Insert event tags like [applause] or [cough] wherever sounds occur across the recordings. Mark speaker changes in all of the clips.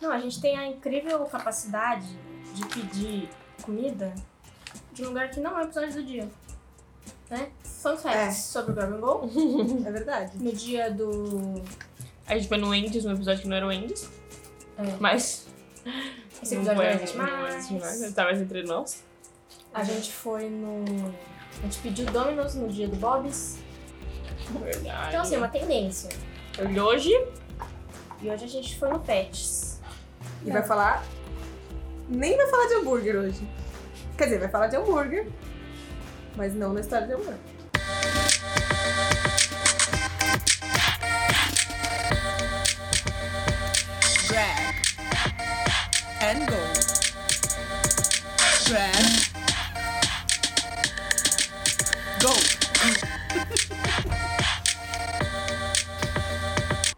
Speaker 1: Não, a gente tem a incrível capacidade de pedir comida de um lugar que não é o episódio do dia. Né? Fun facts
Speaker 2: É.
Speaker 1: sobre o Grab and Go.
Speaker 2: É verdade.
Speaker 1: No dia do.
Speaker 3: A gente foi É, tipo, no Indies, no episódio que não era o Indies.
Speaker 1: É.
Speaker 3: Mas.
Speaker 1: Esse
Speaker 3: não
Speaker 1: episódio
Speaker 3: foi-
Speaker 1: não existe
Speaker 3: não existe
Speaker 1: mais.
Speaker 3: mais, Tá mais entre nós.
Speaker 1: A gente foi no. A gente pediu Domino's no dia do Bob's.
Speaker 3: Verdade.
Speaker 1: Então, assim, é uma tendência.
Speaker 3: E hoje,
Speaker 1: E hoje a gente foi no Pets.
Speaker 2: E vai falar. Nem vai falar de hambúrguer hoje. Quer dizer, vai falar de hambúrguer, mas não na história de hambúrguer. Grab and go. Grab. Go.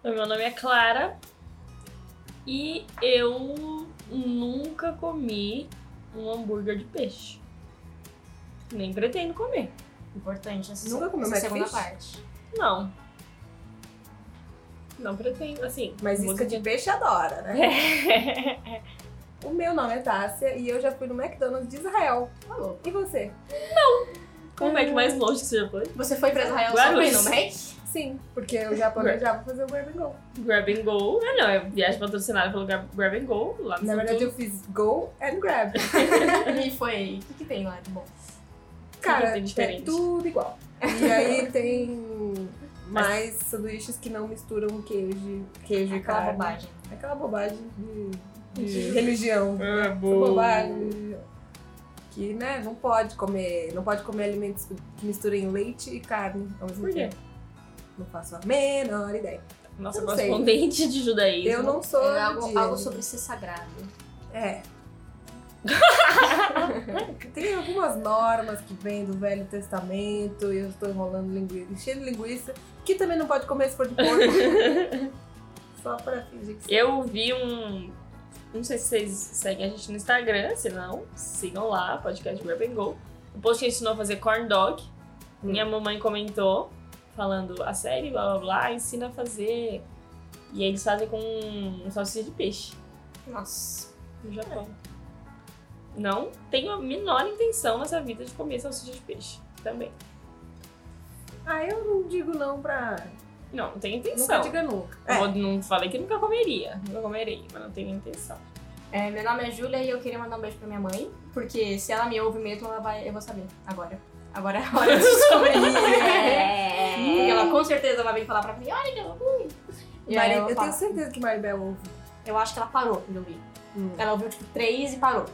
Speaker 3: o meu nome é Clara. E eu nunca comi um hambúrguer de peixe. Nem pretendo comer.
Speaker 1: Importante essa,
Speaker 2: Nunca comeu
Speaker 1: essa segunda
Speaker 2: Macfish?
Speaker 1: parte.
Speaker 3: Não. Não pretendo, assim.
Speaker 2: Mas isca de peixe adora, né? O meu nome é Tássia e eu já fui no McDonald's de Israel.
Speaker 1: Falou.
Speaker 2: E você?
Speaker 3: [laughs] Como é que mais longe que você já foi?
Speaker 1: Você foi pra Israel só pra ir
Speaker 3: Guarulhos.
Speaker 1: no Mac?
Speaker 2: Sim, porque eu já planejava fazer o grab and go.
Speaker 3: Grab and Go. Ah, não, é viagem patrocinada pelo Gra- Grab and Go. Lá no
Speaker 2: Na
Speaker 3: São
Speaker 2: verdade,
Speaker 3: Paulo.
Speaker 2: eu fiz go and grab.
Speaker 1: [laughs] E foi. O que, que tem lá de bom?
Speaker 2: Cara,
Speaker 3: tem
Speaker 2: é
Speaker 3: diferente?
Speaker 2: tudo igual. [laughs] E aí tem mais sanduíches que não misturam queijo, queijo e
Speaker 1: Aquela
Speaker 2: carne.
Speaker 1: bobagem.
Speaker 2: Aquela bobagem de, de Hum.
Speaker 3: De-
Speaker 2: religião.
Speaker 3: É
Speaker 2: Essa
Speaker 3: bom.
Speaker 2: bobagem. Que, né, não pode comer. Não pode comer alimentos que misturem leite e carne ao mesmo
Speaker 3: Por quê?
Speaker 2: tempo. Não faço a menor ideia.
Speaker 3: Nossa,
Speaker 2: Eu não sei.
Speaker 3: correspondente de judaísmo.
Speaker 2: Eu não sou.
Speaker 1: É algo,
Speaker 2: judia.
Speaker 1: algo sobre ser sagrado.
Speaker 2: É. [laughs] Tem algumas normas que vêm do Velho Testamento e eu estou enrolando linguiça, enchendo linguiça, que também não pode comer se for de porco.
Speaker 1: [laughs]
Speaker 2: Só pra fingir que
Speaker 3: Eu vi um. Não sei se vocês seguem a gente no Instagram, se não, sigam lá, podcast Grab and Go. O post que ensinou a fazer corn dog.
Speaker 2: Hum.
Speaker 3: Minha mamãe comentou, falando a série, blá blá blá, ensina a fazer. E eles fazem com um salsicha de peixe
Speaker 1: Nossa.
Speaker 3: no Japão.
Speaker 2: É.
Speaker 3: Não tenho a menor intenção nessa vida de comer salsicha de peixe também.
Speaker 2: Ah, eu não digo não pra.
Speaker 3: Não, não tenho
Speaker 2: Nunca
Speaker 3: intenção.
Speaker 2: diga nunca.
Speaker 1: É,
Speaker 3: Eu Não falei que nunca comeria. Nunca comerei, mas não tenho intenção.
Speaker 1: É, meu nome é Júlia e eu queria mandar um beijo pra minha mãe, porque se ela me ouve mesmo, ela vai, eu vou saber. Agora. Agora é a hora de [laughs] descobrir. Porque ela com certeza vai vir falar pra mim, olha que eu ouvi. E aí
Speaker 2: Mari-
Speaker 1: eu,
Speaker 2: eu
Speaker 1: falo.
Speaker 2: tenho certeza que Maribel ouve. Hum.
Speaker 1: Eu acho que ela parou de ouvir. Ela ouviu tipo três e parou.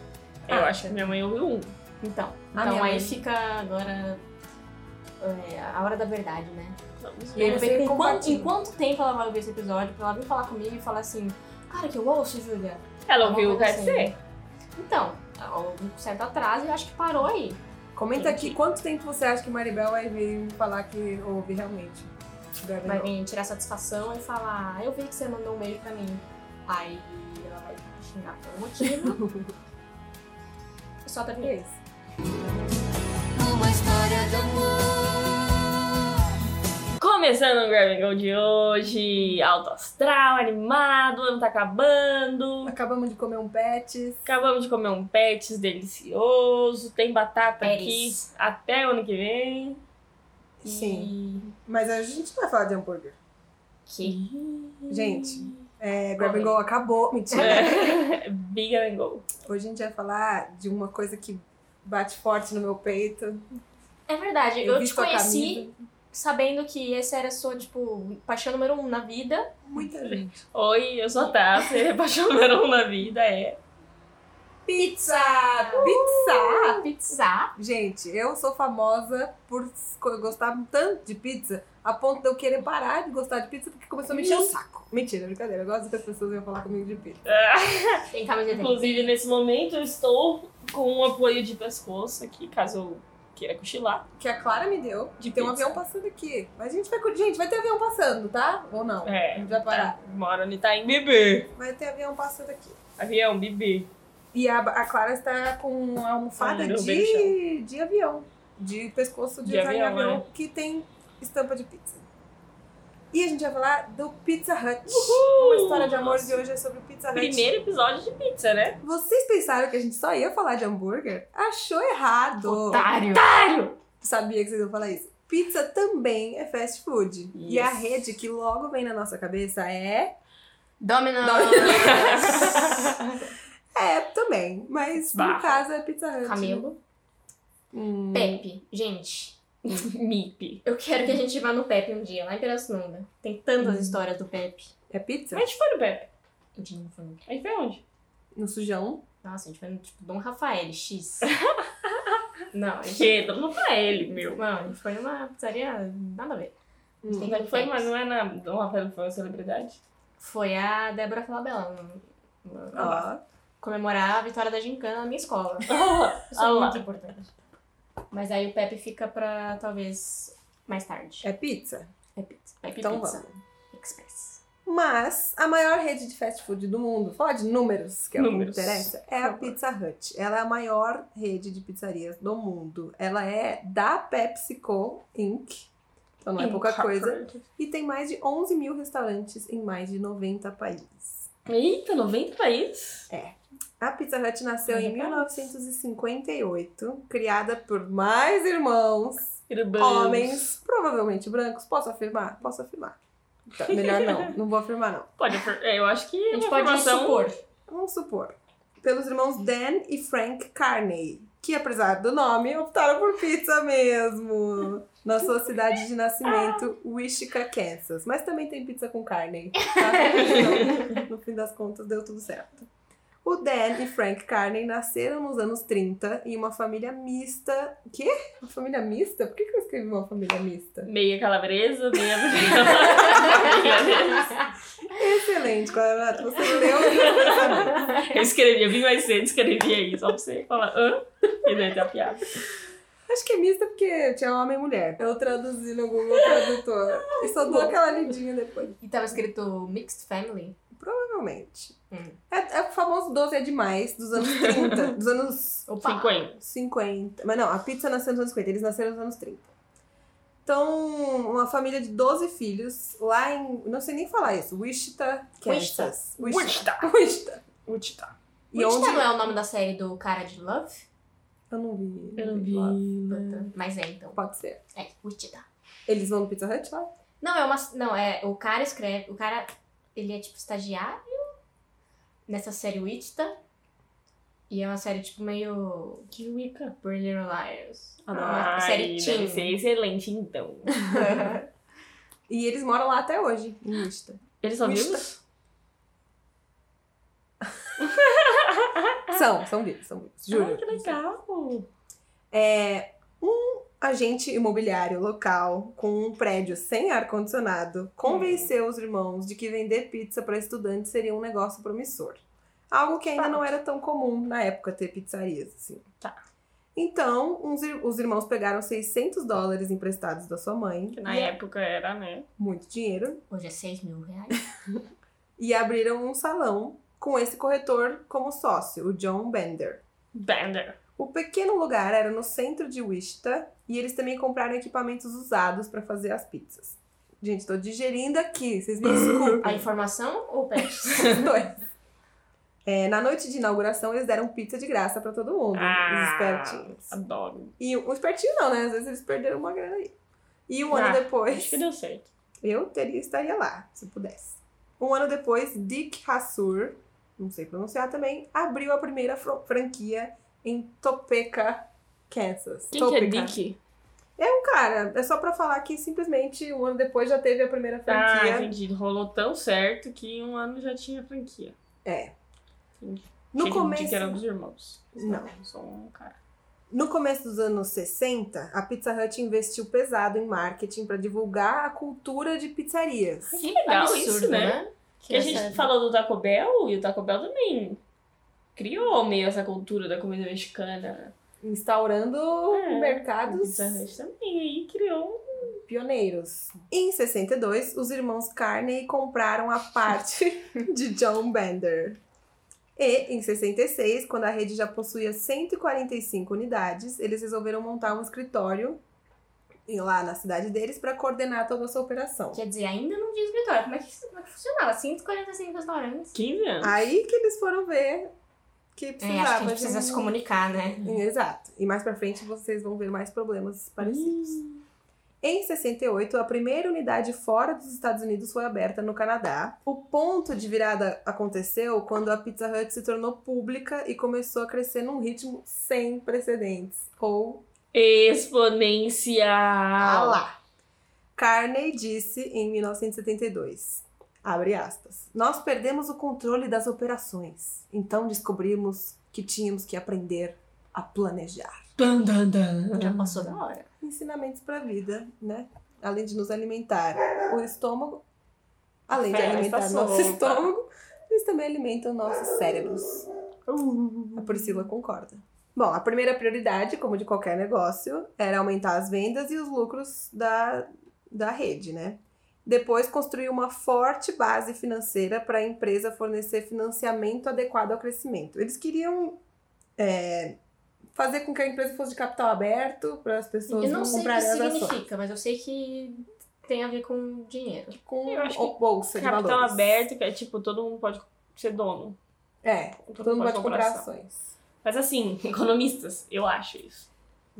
Speaker 3: Eu acho que minha mãe ouviu um.
Speaker 1: Então.
Speaker 2: Ah,
Speaker 1: então
Speaker 2: minha
Speaker 1: aí
Speaker 2: mãe.
Speaker 1: fica agora é, a hora da verdade, né?
Speaker 3: Vamos
Speaker 1: E aí eu
Speaker 2: Você
Speaker 1: ver com quanto,
Speaker 2: compartilha.
Speaker 1: em quanto tempo ela vai ouvir esse episódio, pra ela vir falar comigo e falar assim, cara, que eu ouço, Júlia.
Speaker 3: Ela ouviu o é
Speaker 1: Alguma coisa assim.
Speaker 3: KFC?
Speaker 1: Então, houve um certo atraso e eu acho que parou aí.
Speaker 2: Comenta aqui quanto tempo você acha que Maribel vai vir me falar que ouve realmente. Gabriel.
Speaker 1: Vai vir tirar satisfação e falar, eu vi que você mandou um beijo pra mim. Aí ela vai xingar por um motivo. e solta a
Speaker 2: E é
Speaker 1: vinheta.
Speaker 2: isso.
Speaker 4: Uma história de amor.
Speaker 3: Começando o Grab and Go de hoje. Alto astral, animado, o ano tá acabando.
Speaker 2: Acabamos de comer um pets.
Speaker 3: Acabamos de comer um pets delicioso. Tem batata
Speaker 1: Pets.
Speaker 3: aqui até o ano que [laughs] vem.
Speaker 2: Sim. Mas a gente não vai falar de hambúrguer.
Speaker 1: Que
Speaker 2: Gente, é, Grab and Go acabou. Mentira.
Speaker 3: É. Big and Go.
Speaker 2: Hoje a gente vai falar de uma coisa que bate forte no meu peito.
Speaker 1: É verdade, eu, te
Speaker 2: visto a
Speaker 1: conheci
Speaker 2: camisa.
Speaker 1: sabendo que essa era a sua, tipo, paixão número um na vida.
Speaker 2: Muita gente.
Speaker 3: Oi, eu sou a Tassi, [laughs] apaixonada na vida, é.
Speaker 2: Pizza! Pizza!
Speaker 1: A pizza.
Speaker 2: Gente, eu sou famosa por s- co- gostar tanto de pizza a ponto de eu querer parar de gostar de pizza porque começou a me encher o saco. Mentira, brincadeira. Eu gosto que as pessoas venham falar comigo de pizza.
Speaker 1: Tem camiseta aí.
Speaker 3: Inclusive, nesse momento, eu estou com um apoio de pescoço aqui, caso eu queira cochilar.
Speaker 2: Que a Clara me deu.
Speaker 3: De
Speaker 2: tem um
Speaker 3: pizza.
Speaker 2: avião passando aqui. Mas a gente vai. cu- Gente, vai ter avião passando, tá? Ou não?
Speaker 3: É,
Speaker 2: Não vai parar.
Speaker 3: tá, mora no Itaim Bebê.
Speaker 2: Vai ter avião passando aqui.
Speaker 3: Avião, bebê.
Speaker 2: E a, a Clara está com uma almofada
Speaker 3: Ah, meu
Speaker 2: de,
Speaker 3: beijo.
Speaker 2: de avião. De pescoço de,
Speaker 3: De
Speaker 2: usar em
Speaker 3: avião, é.
Speaker 2: avião, que tem estampa de pizza. E a gente vai falar do Pizza Hut.
Speaker 3: Uhul!
Speaker 2: Uma história de amor
Speaker 3: Nossa.
Speaker 2: de hoje é sobre o Pizza Hut.
Speaker 3: Primeiro episódio de pizza, né?
Speaker 2: Vocês pensaram que a gente só ia falar de hambúrguer? Achou errado.
Speaker 1: Otário.
Speaker 3: Claro!
Speaker 2: Sabia que vocês iam falar isso. Pizza também é fast food. E a
Speaker 3: Isso.
Speaker 2: rede que logo vem na nossa cabeça é.
Speaker 1: Domino's.
Speaker 2: É, também. Mas
Speaker 3: Barra.
Speaker 2: no caso é Pizza Hut.
Speaker 1: Camelo.
Speaker 2: Hum,
Speaker 1: Pepe. Gente,
Speaker 3: Mip.
Speaker 1: eu quero que a gente vá no Pepe um dia, lá em Pirassununga. Tem tantas histórias do Pepe.
Speaker 2: é pizza?
Speaker 3: A gente foi no Pepe.
Speaker 1: A gente não foi no Pepe.
Speaker 3: A gente foi onde?
Speaker 2: No sujão?
Speaker 1: Nossa, a gente foi no tipo Dom Rafael, X. não, a gente...
Speaker 3: Que? Todo mundo pra ele, meu.
Speaker 1: Não, a gente foi numa pizzaria nada a ver.
Speaker 2: Hum.
Speaker 1: Tem
Speaker 3: Não foi,
Speaker 1: Pepe.
Speaker 3: mas não é na. Dom Rafael não foi uma celebridade?
Speaker 1: Foi a Débora Falabella. um- um-
Speaker 2: Ó.
Speaker 1: Comemorar a vitória da Gincana na minha escola. Isso
Speaker 3: Ah
Speaker 1: é
Speaker 3: lá.
Speaker 1: muito importante. Mas aí o Pepe fica pra talvez mais tarde.
Speaker 2: É pizza?
Speaker 1: É pizza. Pepe
Speaker 2: Então
Speaker 1: Pizza
Speaker 2: vamos.
Speaker 1: Express.
Speaker 2: Mas a maior rede de fast food do mundo, falar de números, que é
Speaker 3: Números,
Speaker 2: o que interessa, é a
Speaker 3: por favor.
Speaker 2: Pizza Hut. Ela é a maior rede de pizzarias do mundo. Ela é da PepsiCo Inc. Então não é pouca coisa. E tem mais de 11 mil restaurantes em mais de 90 países.
Speaker 3: Eita, 90 países?
Speaker 2: A Pizza Hut nasceu em
Speaker 3: Olha, cara.
Speaker 2: 1958, criada por mais irmãos, homens, provavelmente brancos. Posso afirmar? Posso afirmar. Tá, melhor não, não vou afirmar não.
Speaker 3: Pode, afir- é, eu acho que
Speaker 1: A gente
Speaker 3: uma
Speaker 1: pode
Speaker 3: afirmação-
Speaker 1: supor.
Speaker 2: Vamos supor, pelos irmãos Dan e Frank Carney, que apesar do nome, optaram por pizza mesmo. Na sua cidade de nascimento, Wichita, Kansas. Mas também tem pizza com carne. tá? Então, no fim das contas, deu tudo certo. O Dan e Frank Carney nasceram nos anos 30 em uma família mista. Quê? Uma família mista? Por que, que eu escrevi uma família mista?
Speaker 3: Meia calabresa, meia.
Speaker 2: Excelente, Clara. Você leu e eu pensei.
Speaker 3: eu escrevi, eu vim mais cedo, escrevi aí, só pra você falar. Hã? E daí tem a piada.
Speaker 2: Acho que é mista porque tinha homem e mulher. Eu traduzi no Google Tradutor. e só dou aquela lidinha depois.
Speaker 1: E tava escrito Mixed Family.
Speaker 2: Provavelmente.
Speaker 1: Hum.
Speaker 2: É, é o famoso 12 é demais dos anos 30. dos anos
Speaker 1: Opa.
Speaker 3: 50.
Speaker 2: 50. Mas não, a pizza nasceu nos anos 50. Eles nasceram nos anos 30. Então, uma família de 12 filhos lá em. Não sei nem falar isso. Wichita, Kansas.
Speaker 3: Wichita.
Speaker 2: Wichita.
Speaker 3: Wichita.
Speaker 2: E
Speaker 1: Wichita
Speaker 2: onde.
Speaker 1: não é o nome da série do cara de Love?
Speaker 2: Eu não vi.
Speaker 3: Eu não vi.
Speaker 1: Puta, Mas é então.
Speaker 2: Pode ser.
Speaker 1: É, Wichita.
Speaker 2: Eles vão no Pizza Hut lá?
Speaker 1: Não, é uma. Não, é. O cara escreve. O cara. Ele é tipo estagiário nessa série Wichita. E é uma série tipo meio.
Speaker 3: Que wica.
Speaker 1: Pretty Little Liars.
Speaker 3: Ai,
Speaker 1: uma série
Speaker 3: deve ser
Speaker 1: teen.
Speaker 3: excelente, então.
Speaker 2: E eles moram lá até hoje, em Wichita.
Speaker 3: Eles são
Speaker 2: Wichita.
Speaker 3: vivos? Ah.
Speaker 2: São, são vivos, são vivos. Juro.
Speaker 3: Ai, que legal.
Speaker 2: É um agente imobiliário local com um prédio sem ar-condicionado
Speaker 3: Uhum.
Speaker 2: convenceu os irmãos de que vender pizza para estudantes seria um negócio promissor. Algo que ainda
Speaker 3: Fato.
Speaker 2: não era tão comum na época ter pizzarias, assim.
Speaker 3: Tá.
Speaker 2: Então, uns ir- os irmãos pegaram 600 dólares emprestados da sua mãe,
Speaker 3: Que na
Speaker 2: e- é-
Speaker 3: época era, né?
Speaker 2: muito dinheiro,
Speaker 1: Hoje é 6 mil
Speaker 3: [laughs]
Speaker 1: reais.
Speaker 2: e abriram um salão com esse corretor como sócio, o John Bender.
Speaker 3: Bender.
Speaker 2: O pequeno lugar era no centro de Wichita e eles também compraram equipamentos usados para fazer as pizzas. Gente, tô digerindo aqui, vocês me
Speaker 1: A
Speaker 2: desculpem.
Speaker 1: informação ou o
Speaker 3: [laughs]
Speaker 1: peixe?
Speaker 2: os dois. É, na noite de inauguração, eles deram pizza de graça para todo mundo, os
Speaker 3: Ah.
Speaker 2: espertinhos.
Speaker 3: Adoro.
Speaker 2: E os espertinhos não, né? Às vezes eles perderam uma grana aí. E um ano
Speaker 3: Ah, Acho
Speaker 2: depois,
Speaker 3: que deu certo.
Speaker 2: eu teria estaria lá, se pudesse. Um ano depois, Dick Hassur, não sei pronunciar também, abriu a primeira fro- franquia em Topeka, Kansas.
Speaker 3: Quem que é
Speaker 2: Topeka.
Speaker 3: Dick?
Speaker 2: Cara, é só pra falar que simplesmente um ano depois já teve a primeira
Speaker 3: Ah,
Speaker 2: franquia.
Speaker 3: entendi. Rolou tão certo que em um ano já tinha franquia.
Speaker 2: é.
Speaker 3: Entendi.
Speaker 2: No
Speaker 3: Achei que-
Speaker 2: começo,
Speaker 3: Que era um dos irmãos.
Speaker 2: Não.
Speaker 3: Só um cara.
Speaker 2: no começo dos anos 60, a Pizza Hut investiu pesado em marketing pra divulgar a cultura de pizzarias.
Speaker 3: Que legal isso, né? E a gente
Speaker 1: Engraçado.
Speaker 3: falou do Taco Bell e o Taco Bell também criou meio essa cultura da comida mexicana.
Speaker 2: Instaurando
Speaker 3: É, O
Speaker 2: mercados
Speaker 3: Pizza Hut também aí criou. um
Speaker 2: pioneiros. Em 62, os irmãos Carney compraram a parte
Speaker 1: [laughs]
Speaker 2: de John Bender. E em 66, quando a rede já possuía 145 unidades, eles resolveram montar um escritório ir lá na cidade deles pra coordenar toda essa operação.
Speaker 1: Quer dizer, ainda não tinha escritório. Como é que, como é que funcionava? 145 restaurantes.
Speaker 3: 15 anos.
Speaker 2: Aí que eles foram ver que
Speaker 1: É, acho que a gente
Speaker 2: precisava
Speaker 1: precisa se
Speaker 2: de um...
Speaker 1: comunicar, né?
Speaker 2: Exato. E mais pra frente vocês vão ver mais problemas parecidos. Em 68, a primeira unidade fora dos Estados Unidos foi aberta no Canadá. O ponto de virada aconteceu quando a Pizza Hut se tornou pública e começou a crescer num ritmo sem precedentes. Ou
Speaker 3: Exponencial.
Speaker 2: Ah. lá. Carney disse em 1972, abre aspas, nós perdemos o controle das operações, então descobrimos que tínhamos que aprender a planejar.
Speaker 3: Dun, dun, dun.
Speaker 1: Já passou da hora.
Speaker 2: Ensinamentos para a vida, né? Além de nos alimentar o estômago, além de
Speaker 3: Festa
Speaker 2: alimentar nosso
Speaker 3: solta.
Speaker 2: estômago, eles também alimentam nossos cérebros. A Priscila concorda. Bom, a primeira prioridade, como de qualquer negócio, era aumentar as vendas e os lucros da, da rede, né? Depois, construir uma forte base financeira para a empresa fornecer financiamento adequado ao crescimento. Eles queriam é, fazer com que a empresa fosse de capital aberto para as pessoas
Speaker 1: Eu não sei o que
Speaker 2: comprarem as ações.
Speaker 1: significa, mas eu sei que tem a ver com dinheiro.
Speaker 2: Com
Speaker 3: Eu acho que
Speaker 2: o bolsa de
Speaker 3: Capital
Speaker 2: valores.
Speaker 3: aberto, que é tipo, todo mundo pode ser dono.
Speaker 2: É,
Speaker 3: Todo,
Speaker 2: todo mundo pode comprar ações.
Speaker 3: Mas assim, [laughs] economistas, eu acho isso.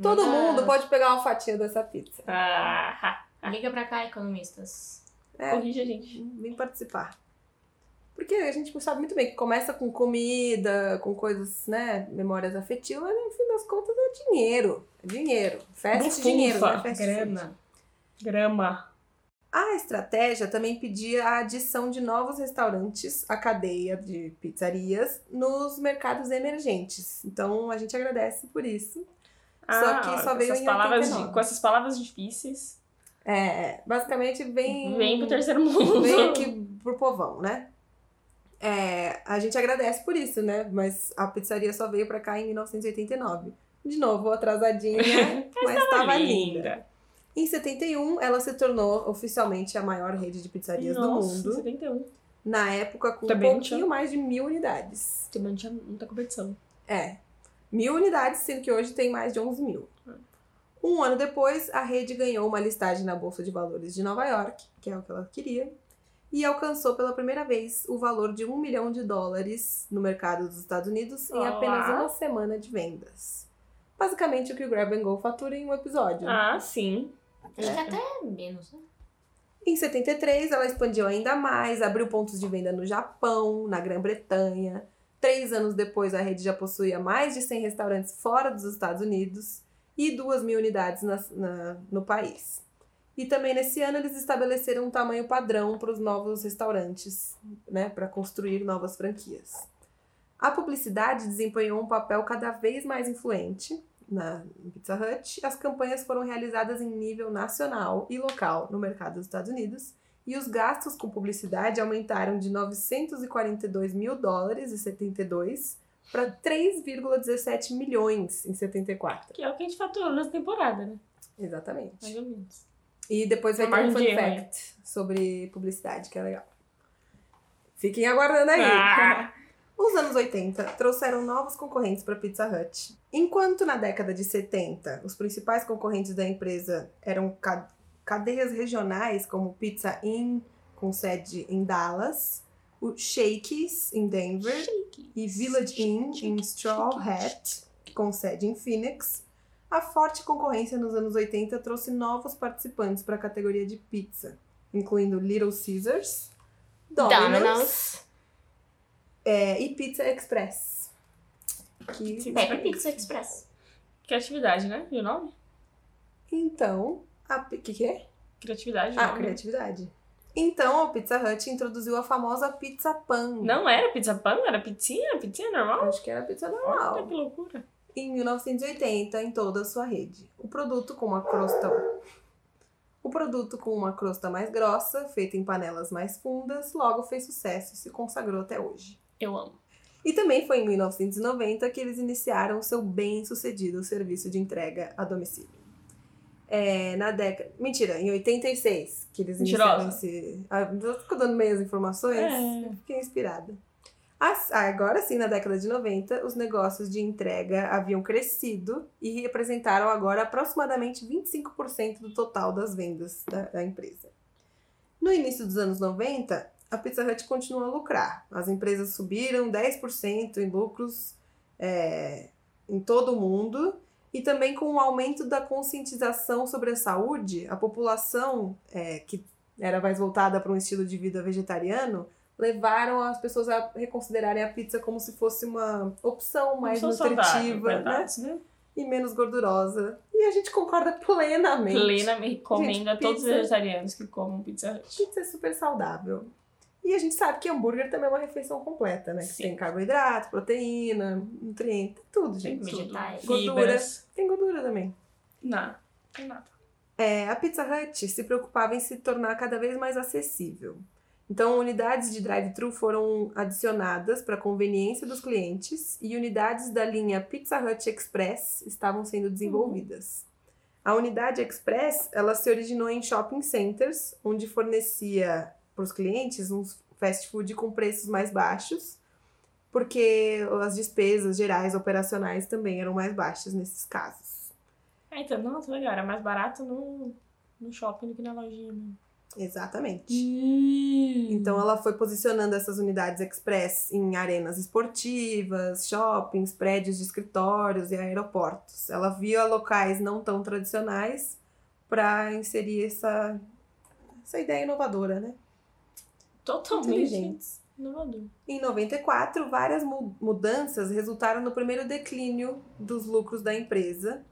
Speaker 2: Todo
Speaker 1: Ah,
Speaker 2: mundo pode pegar uma fatia dessa pizza.
Speaker 3: Ah,
Speaker 1: Liga é pra cá, economistas.
Speaker 2: É.
Speaker 3: corrige a gente.
Speaker 2: Vem participar. Porque a gente sabe muito bem que começa com comida, com coisas, né? Memórias afetivas, mas no fim das contas é dinheiro. É dinheiro. Fast
Speaker 3: Bufunfa.
Speaker 2: dinheiro, né? Fast food.
Speaker 1: É Grana.
Speaker 3: Grama.
Speaker 2: A estratégia também pedia a adição de novos restaurantes à cadeia de pizzarias nos mercados emergentes. Então a gente agradece por isso. Só que só
Speaker 3: com
Speaker 2: veio
Speaker 3: Ah, essas
Speaker 2: em
Speaker 3: palavras
Speaker 2: 89.
Speaker 3: di- Com essas palavras difíceis,
Speaker 2: É, basicamente vem.
Speaker 3: vem pro terceiro mundo.
Speaker 2: Vem
Speaker 3: [laughs]
Speaker 2: aqui pro povão, né? É, a gente agradece por isso, né? Mas a pizzaria só veio pra cá em 1989. De novo, atrasadinha,
Speaker 3: [laughs]
Speaker 2: mas estava linda. Em 71, ela se tornou oficialmente a maior rede de pizzarias
Speaker 3: Nossa,
Speaker 2: do mundo.
Speaker 3: 71.
Speaker 2: Na época, com
Speaker 3: Também
Speaker 2: um
Speaker 3: não tinha-
Speaker 2: pouquinho mais de mil unidades.
Speaker 3: Também não tinha muita competição.
Speaker 2: É, mil unidades, sendo que hoje tem mais de 11 mil. Um ano depois, a rede ganhou uma listagem na Bolsa de Valores de Nova York, que é o que ela queria, e alcançou pela primeira vez o valor de um milhão de dólares no mercado dos Estados Unidos em
Speaker 3: Olá.
Speaker 2: apenas uma semana de vendas. Basicamente o que o Grab and Go fatura em um episódio.
Speaker 3: Ah, sim.
Speaker 1: Acho que até menos, né?
Speaker 2: Em 73, ela expandiu ainda mais, abriu pontos de venda no Japão, na Grã-Bretanha. Três anos depois, a rede já possuía mais de 100 restaurantes fora dos Estados Unidos e 2 mil unidades nas- na- no país. E também nesse ano, eles estabeleceram um tamanho padrão para os novos restaurantes, né, para construir novas franquias. A publicidade desempenhou um papel cada vez mais influente na Pizza Hut, as campanhas foram realizadas em nível nacional e local no mercado dos Estados Unidos e os gastos com publicidade aumentaram de 942 mil dólares em 72 para 3,17 milhões em 74.
Speaker 3: Que é o que a gente faturou nessa temporada, né? Mais
Speaker 2: Exatamente.
Speaker 3: ou menos.
Speaker 2: E depois vai ter
Speaker 3: Tá Margem
Speaker 2: um
Speaker 3: de
Speaker 2: fun
Speaker 3: erro,
Speaker 2: fact sobre publicidade, que é legal. Fiquem aguardando aí.
Speaker 3: Ah,
Speaker 2: Os anos 80 trouxeram novos concorrentes para Pizza Hut. Enquanto na década de 70 os principais concorrentes da empresa eram ca- cadeias regionais como Pizza Inn, com sede em Dallas, o Shakey's em Denver e Village Inn em Straw Hat, com sede em Phoenix. A forte concorrência nos anos 80 trouxe novos participantes para a categoria de pizza, incluindo Little Caesars, Domino's. É, e Pizza Express. Que...
Speaker 1: Peppa Pizza Express.
Speaker 3: Criatividade, né? E o nome?
Speaker 2: Então, a pi- que que é?
Speaker 3: Criatividade.
Speaker 2: Ah,
Speaker 3: nome.
Speaker 2: criatividade. Então, a Pizza Hut introduziu a famosa Pizza Pan.
Speaker 3: Não era pizza pan, era pizzinha, pizzinha normal.
Speaker 2: Acho que era pizza
Speaker 3: Olha
Speaker 2: normal.
Speaker 3: que loucura.
Speaker 2: Em 1980, em toda a sua rede. O produto com uma crosta... O produto com uma crosta mais grossa, feito em panelas mais fundas, logo fez sucesso e se consagrou até hoje.
Speaker 3: Eu amo.
Speaker 2: E também foi em 1990 que eles iniciaram o seu bem-sucedido serviço de entrega a domicílio. É, na década. Mentira, em 86 que eles iniciaram
Speaker 3: Mentirosa.
Speaker 2: esse. Ah, eu tô dando meias informações,
Speaker 3: É.
Speaker 2: eu fiquei inspirada. A As- ah, Agora sim, na década de 90, os negócios de entrega haviam crescido e representaram agora aproximadamente 25% do total das vendas da, da empresa. No início dos anos 90, a Pizza Hut continua a lucrar. As empresas subiram 10% em lucros é, em todo o mundo e também com o aumento da conscientização sobre a saúde, a população é, que era mais voltada para um estilo de vida vegetariano levaram as pessoas a reconsiderarem a pizza como se fosse uma opção mais
Speaker 3: Não sou saudável,
Speaker 2: nutritiva né?
Speaker 3: verdade, né?
Speaker 2: e menos gordurosa. E a gente concorda plenamente.
Speaker 3: Plenamente recomendo a todos os
Speaker 2: pizza-
Speaker 3: vegetarianos que comam Pizza Hut.
Speaker 2: Pizza é super saudável. E a gente sabe que hambúrguer também é uma refeição completa, né? Que
Speaker 3: Sim.
Speaker 2: tem carboidrato, proteína, nutriente, tudo, gente.
Speaker 1: Sim.
Speaker 2: tudo.
Speaker 1: Vegetais.
Speaker 2: Gordura.
Speaker 3: Fibras.
Speaker 2: Tem gordura também.
Speaker 3: Nada. Tem nada.
Speaker 2: É, a Pizza Hut se preocupava em se tornar cada vez mais acessível. Então, unidades de drive-thru foram adicionadas para conveniência dos clientes e unidades da linha Pizza Hut Express estavam sendo desenvolvidas. A unidade Express, ela se originou em shopping centers, onde fornecia para os clientes uns fast food com preços mais baixos, porque as despesas gerais operacionais também eram mais baixas nesses casos.
Speaker 3: Ah, então, nossa, legal. Era mais barato no, no shopping do que na lojinha. né?
Speaker 2: Exatamente. Então ela foi posicionando essas unidades express em arenas esportivas, shoppings, prédios de escritórios e aeroportos. Ela via locais não tão tradicionais para inserir essa, essa ideia inovadora, né?
Speaker 3: Totalmente
Speaker 2: Inteligentes.
Speaker 3: inovador.
Speaker 2: Em 94, várias mu- mudanças resultaram no primeiro declínio dos lucros da empresa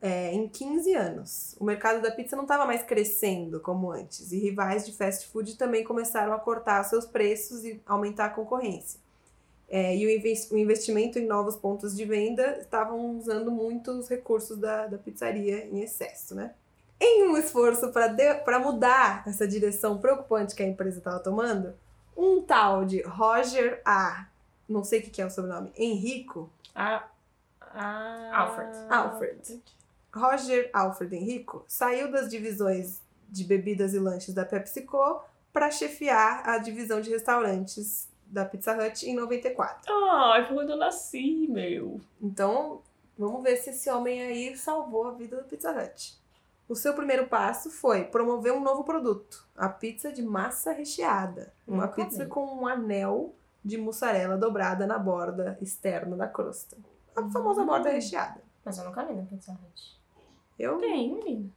Speaker 2: é, em 15 anos. O mercado da pizza não estava mais crescendo como antes, e rivais de fast food também começaram a cortar seus preços e aumentar a concorrência. É, e o, inves- o investimento em novos pontos de venda estavam usando muito os recursos da, da pizzaria em excesso, né? Em um esforço para mudar essa direção preocupante que a empresa estava tomando, um tal de Roger A. Não sei o que, que é o sobrenome. Henrico.
Speaker 3: A, a...
Speaker 1: Alfred.
Speaker 3: Ah,
Speaker 2: Alfred. Roger Alfred Henrico saiu das divisões de bebidas e lanches da PepsiCo para chefiar a divisão de restaurantes da Pizza Hut em 94.
Speaker 3: Ai, foi quando eu nasci, meu.
Speaker 2: Então, vamos ver se esse homem aí salvou a vida da Pizza Hut. O seu primeiro passo foi promover um novo produto, a pizza de massa recheada. Uma
Speaker 1: Nunca
Speaker 2: pizza
Speaker 1: vi.
Speaker 2: com um anel de mussarela dobrada na borda externa da crosta. A
Speaker 1: Hum.
Speaker 2: famosa borda recheada.
Speaker 1: Mas eu nunca vi na Pizza Hut.
Speaker 2: Eu
Speaker 3: Tem, menina.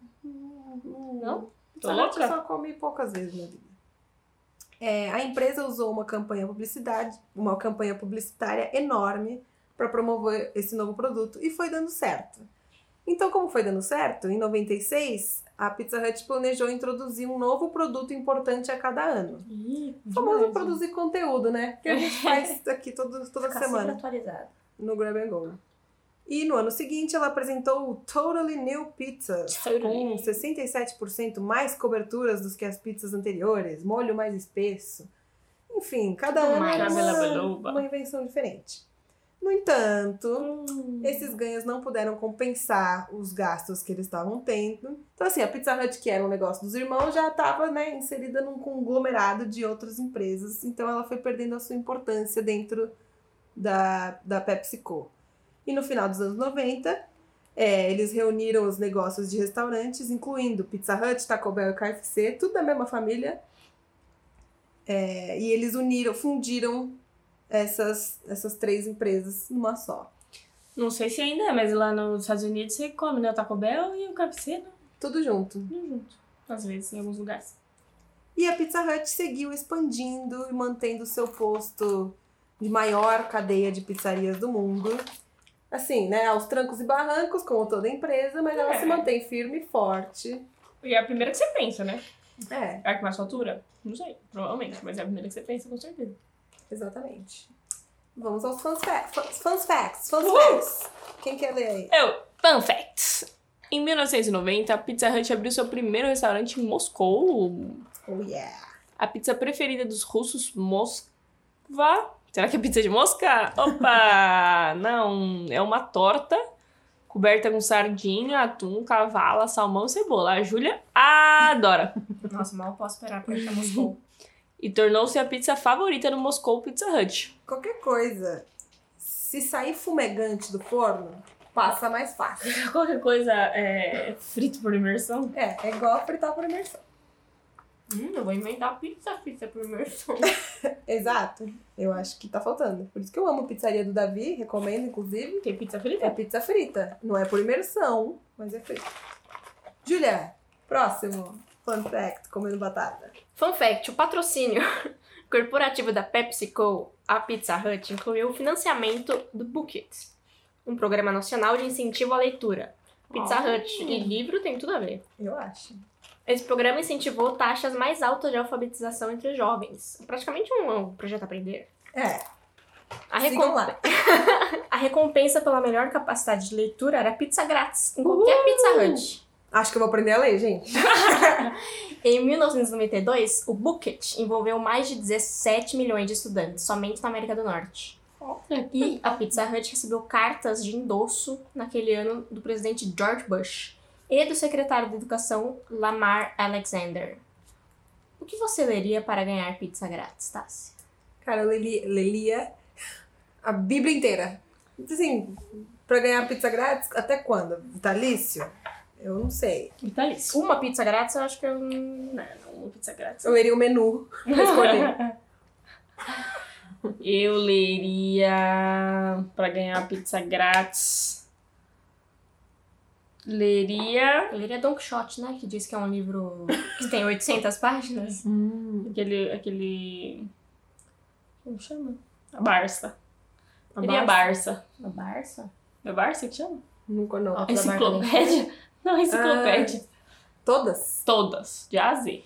Speaker 2: Não?
Speaker 3: Tô
Speaker 2: Só
Speaker 3: louca?
Speaker 2: só comi poucas vezes na vida. É, a empresa usou uma campanha publicidade, uma campanha publicitária enorme para promover esse novo produto e foi dando certo. Então, como foi dando certo, em 96, a Pizza Hut planejou introduzir um novo produto importante a cada ano.
Speaker 3: Ih,
Speaker 2: O famoso
Speaker 3: demais,
Speaker 2: produzir conteúdo, né? Que a [laughs] gente faz aqui todo, toda
Speaker 1: Ficar
Speaker 2: semana
Speaker 1: sempre atualizado.
Speaker 2: no Grab and Go. E no ano seguinte, ela apresentou o Totally New Pizza com
Speaker 3: Hum.
Speaker 2: 67% mais coberturas do que as pizzas anteriores, molho mais espesso. Enfim, cada
Speaker 1: Tudo
Speaker 2: ano
Speaker 1: mais.
Speaker 2: era
Speaker 3: Cabelabaluba.
Speaker 2: uma, uma invenção diferente. No entanto,
Speaker 3: Hum.
Speaker 2: esses ganhos não puderam compensar os gastos que eles estavam tendo. Então, assim, a Pizza Hut, que era um negócio dos irmãos, já estava né, inserida num conglomerado de outras empresas. Então, ela foi perdendo a sua importância dentro da, da PepsiCo. E no final dos anos 90, é, eles reuniram os negócios de restaurantes, incluindo Pizza Hut, Taco Bell e KFC, tudo da mesma família. É, e eles uniram, fundiram essas, essas três empresas numa só.
Speaker 3: Não sei se ainda é, mas lá nos Estados Unidos você come, né? O Taco Bell e o KFC, né?
Speaker 2: Tudo junto.
Speaker 3: Tudo junto. Às vezes, em alguns lugares.
Speaker 2: E a Pizza Hut seguiu expandindo e mantendo seu posto de maior cadeia de pizzarias do mundo. Assim, né? Aos trancos e barrancos, como toda empresa, mas ela
Speaker 3: É.
Speaker 2: se mantém firme e forte.
Speaker 3: E é a primeira que você pensa, né?
Speaker 2: É,
Speaker 3: É a que mais fatura? Não sei, provavelmente, mas é a primeira que você pensa, com certeza.
Speaker 2: exatamente. Vamos aos fun facts. Fun facts. Fun facts. Quem quer ler aí?
Speaker 3: Eu, fun facts. Em 1990, a Pizza Hut abriu seu primeiro restaurante em Moscou.
Speaker 2: Oh, yeah.
Speaker 3: A pizza preferida dos russos, Moscova. Será que é pizza de mosca? [laughs] Opa! Não, é uma torta coberta com sardinha, atum, cavala, salmão e cebola. A Júlia adora.
Speaker 1: [laughs] Nossa, mal posso esperar pra ir pra Moscou.
Speaker 3: e tornou-se a pizza favorita no Moscou Pizza Hut.
Speaker 2: Qualquer coisa, se sair fumegante do forno, passa mais fácil. [laughs]
Speaker 3: Qualquer coisa é frito por imersão.
Speaker 2: É, é igual fritar por imersão.
Speaker 1: Hum, eu vou inventar pizza pizza por imersão.
Speaker 2: Exato. Eu acho que tá faltando. Por isso que eu amo a pizzaria do Davi, recomendo, inclusive.
Speaker 3: Tem pizza
Speaker 2: É
Speaker 3: frita?
Speaker 2: pizza frita. Não é por imersão, mas é frita. Julia, próximo fun fact, comendo batata.
Speaker 1: Fun fact, o patrocínio [laughs] corporativo da PepsiCo à Pizza Hut incluiu o financiamento do Book It, um programa nacional de incentivo à leitura. Pizza
Speaker 3: Oh.
Speaker 1: Hut e livro tem tudo a ver.
Speaker 2: Eu acho.
Speaker 1: Esse programa incentivou taxas mais altas de alfabetização entre jovens. Praticamente um, um projeto aprender.
Speaker 2: É,
Speaker 1: A,
Speaker 2: sigam
Speaker 1: recom-
Speaker 2: lá.
Speaker 1: a recompensa pela melhor capacidade de leitura era pizza grátis em qualquer Pizza Hut.
Speaker 2: Acho que eu vou aprender a ler, gente.
Speaker 1: Em 1992, o Bucket envolveu mais de 17 milhões de estudantes, somente na América do Norte. E a Pizza Hut recebeu cartas de endosso naquele ano do presidente George Bush e do secretário de Educação Lamar Alexander. O que você leria para ganhar pizza grátis, Tassi?
Speaker 2: Cara, eu leli- lelia a Bíblia inteira. Assim, pra ganhar pizza grátis, até quando? Vitalício? Eu não sei.
Speaker 3: Vitalício.
Speaker 1: Uma pizza grátis, eu acho que eu. hum,
Speaker 3: Não, não, uma pizza grátis.
Speaker 2: Eu leria o menu [laughs] pra escolher.
Speaker 3: Eu leria pra ganhar pizza grátis. Leria
Speaker 1: Eu leria Don Quixote, né? Que diz que é um livro que tem 800 páginas.
Speaker 2: Hum,
Speaker 3: aquele aquele como chama? A Barça.
Speaker 2: A
Speaker 3: leria a Barça.
Speaker 1: Uma Barça?
Speaker 3: É Barça que chama?
Speaker 2: nunca não.
Speaker 1: Ó. Barça
Speaker 3: Enciclopédia? [laughs] Não, enciclopédia.
Speaker 2: Todas?
Speaker 3: Todas, de A a Z.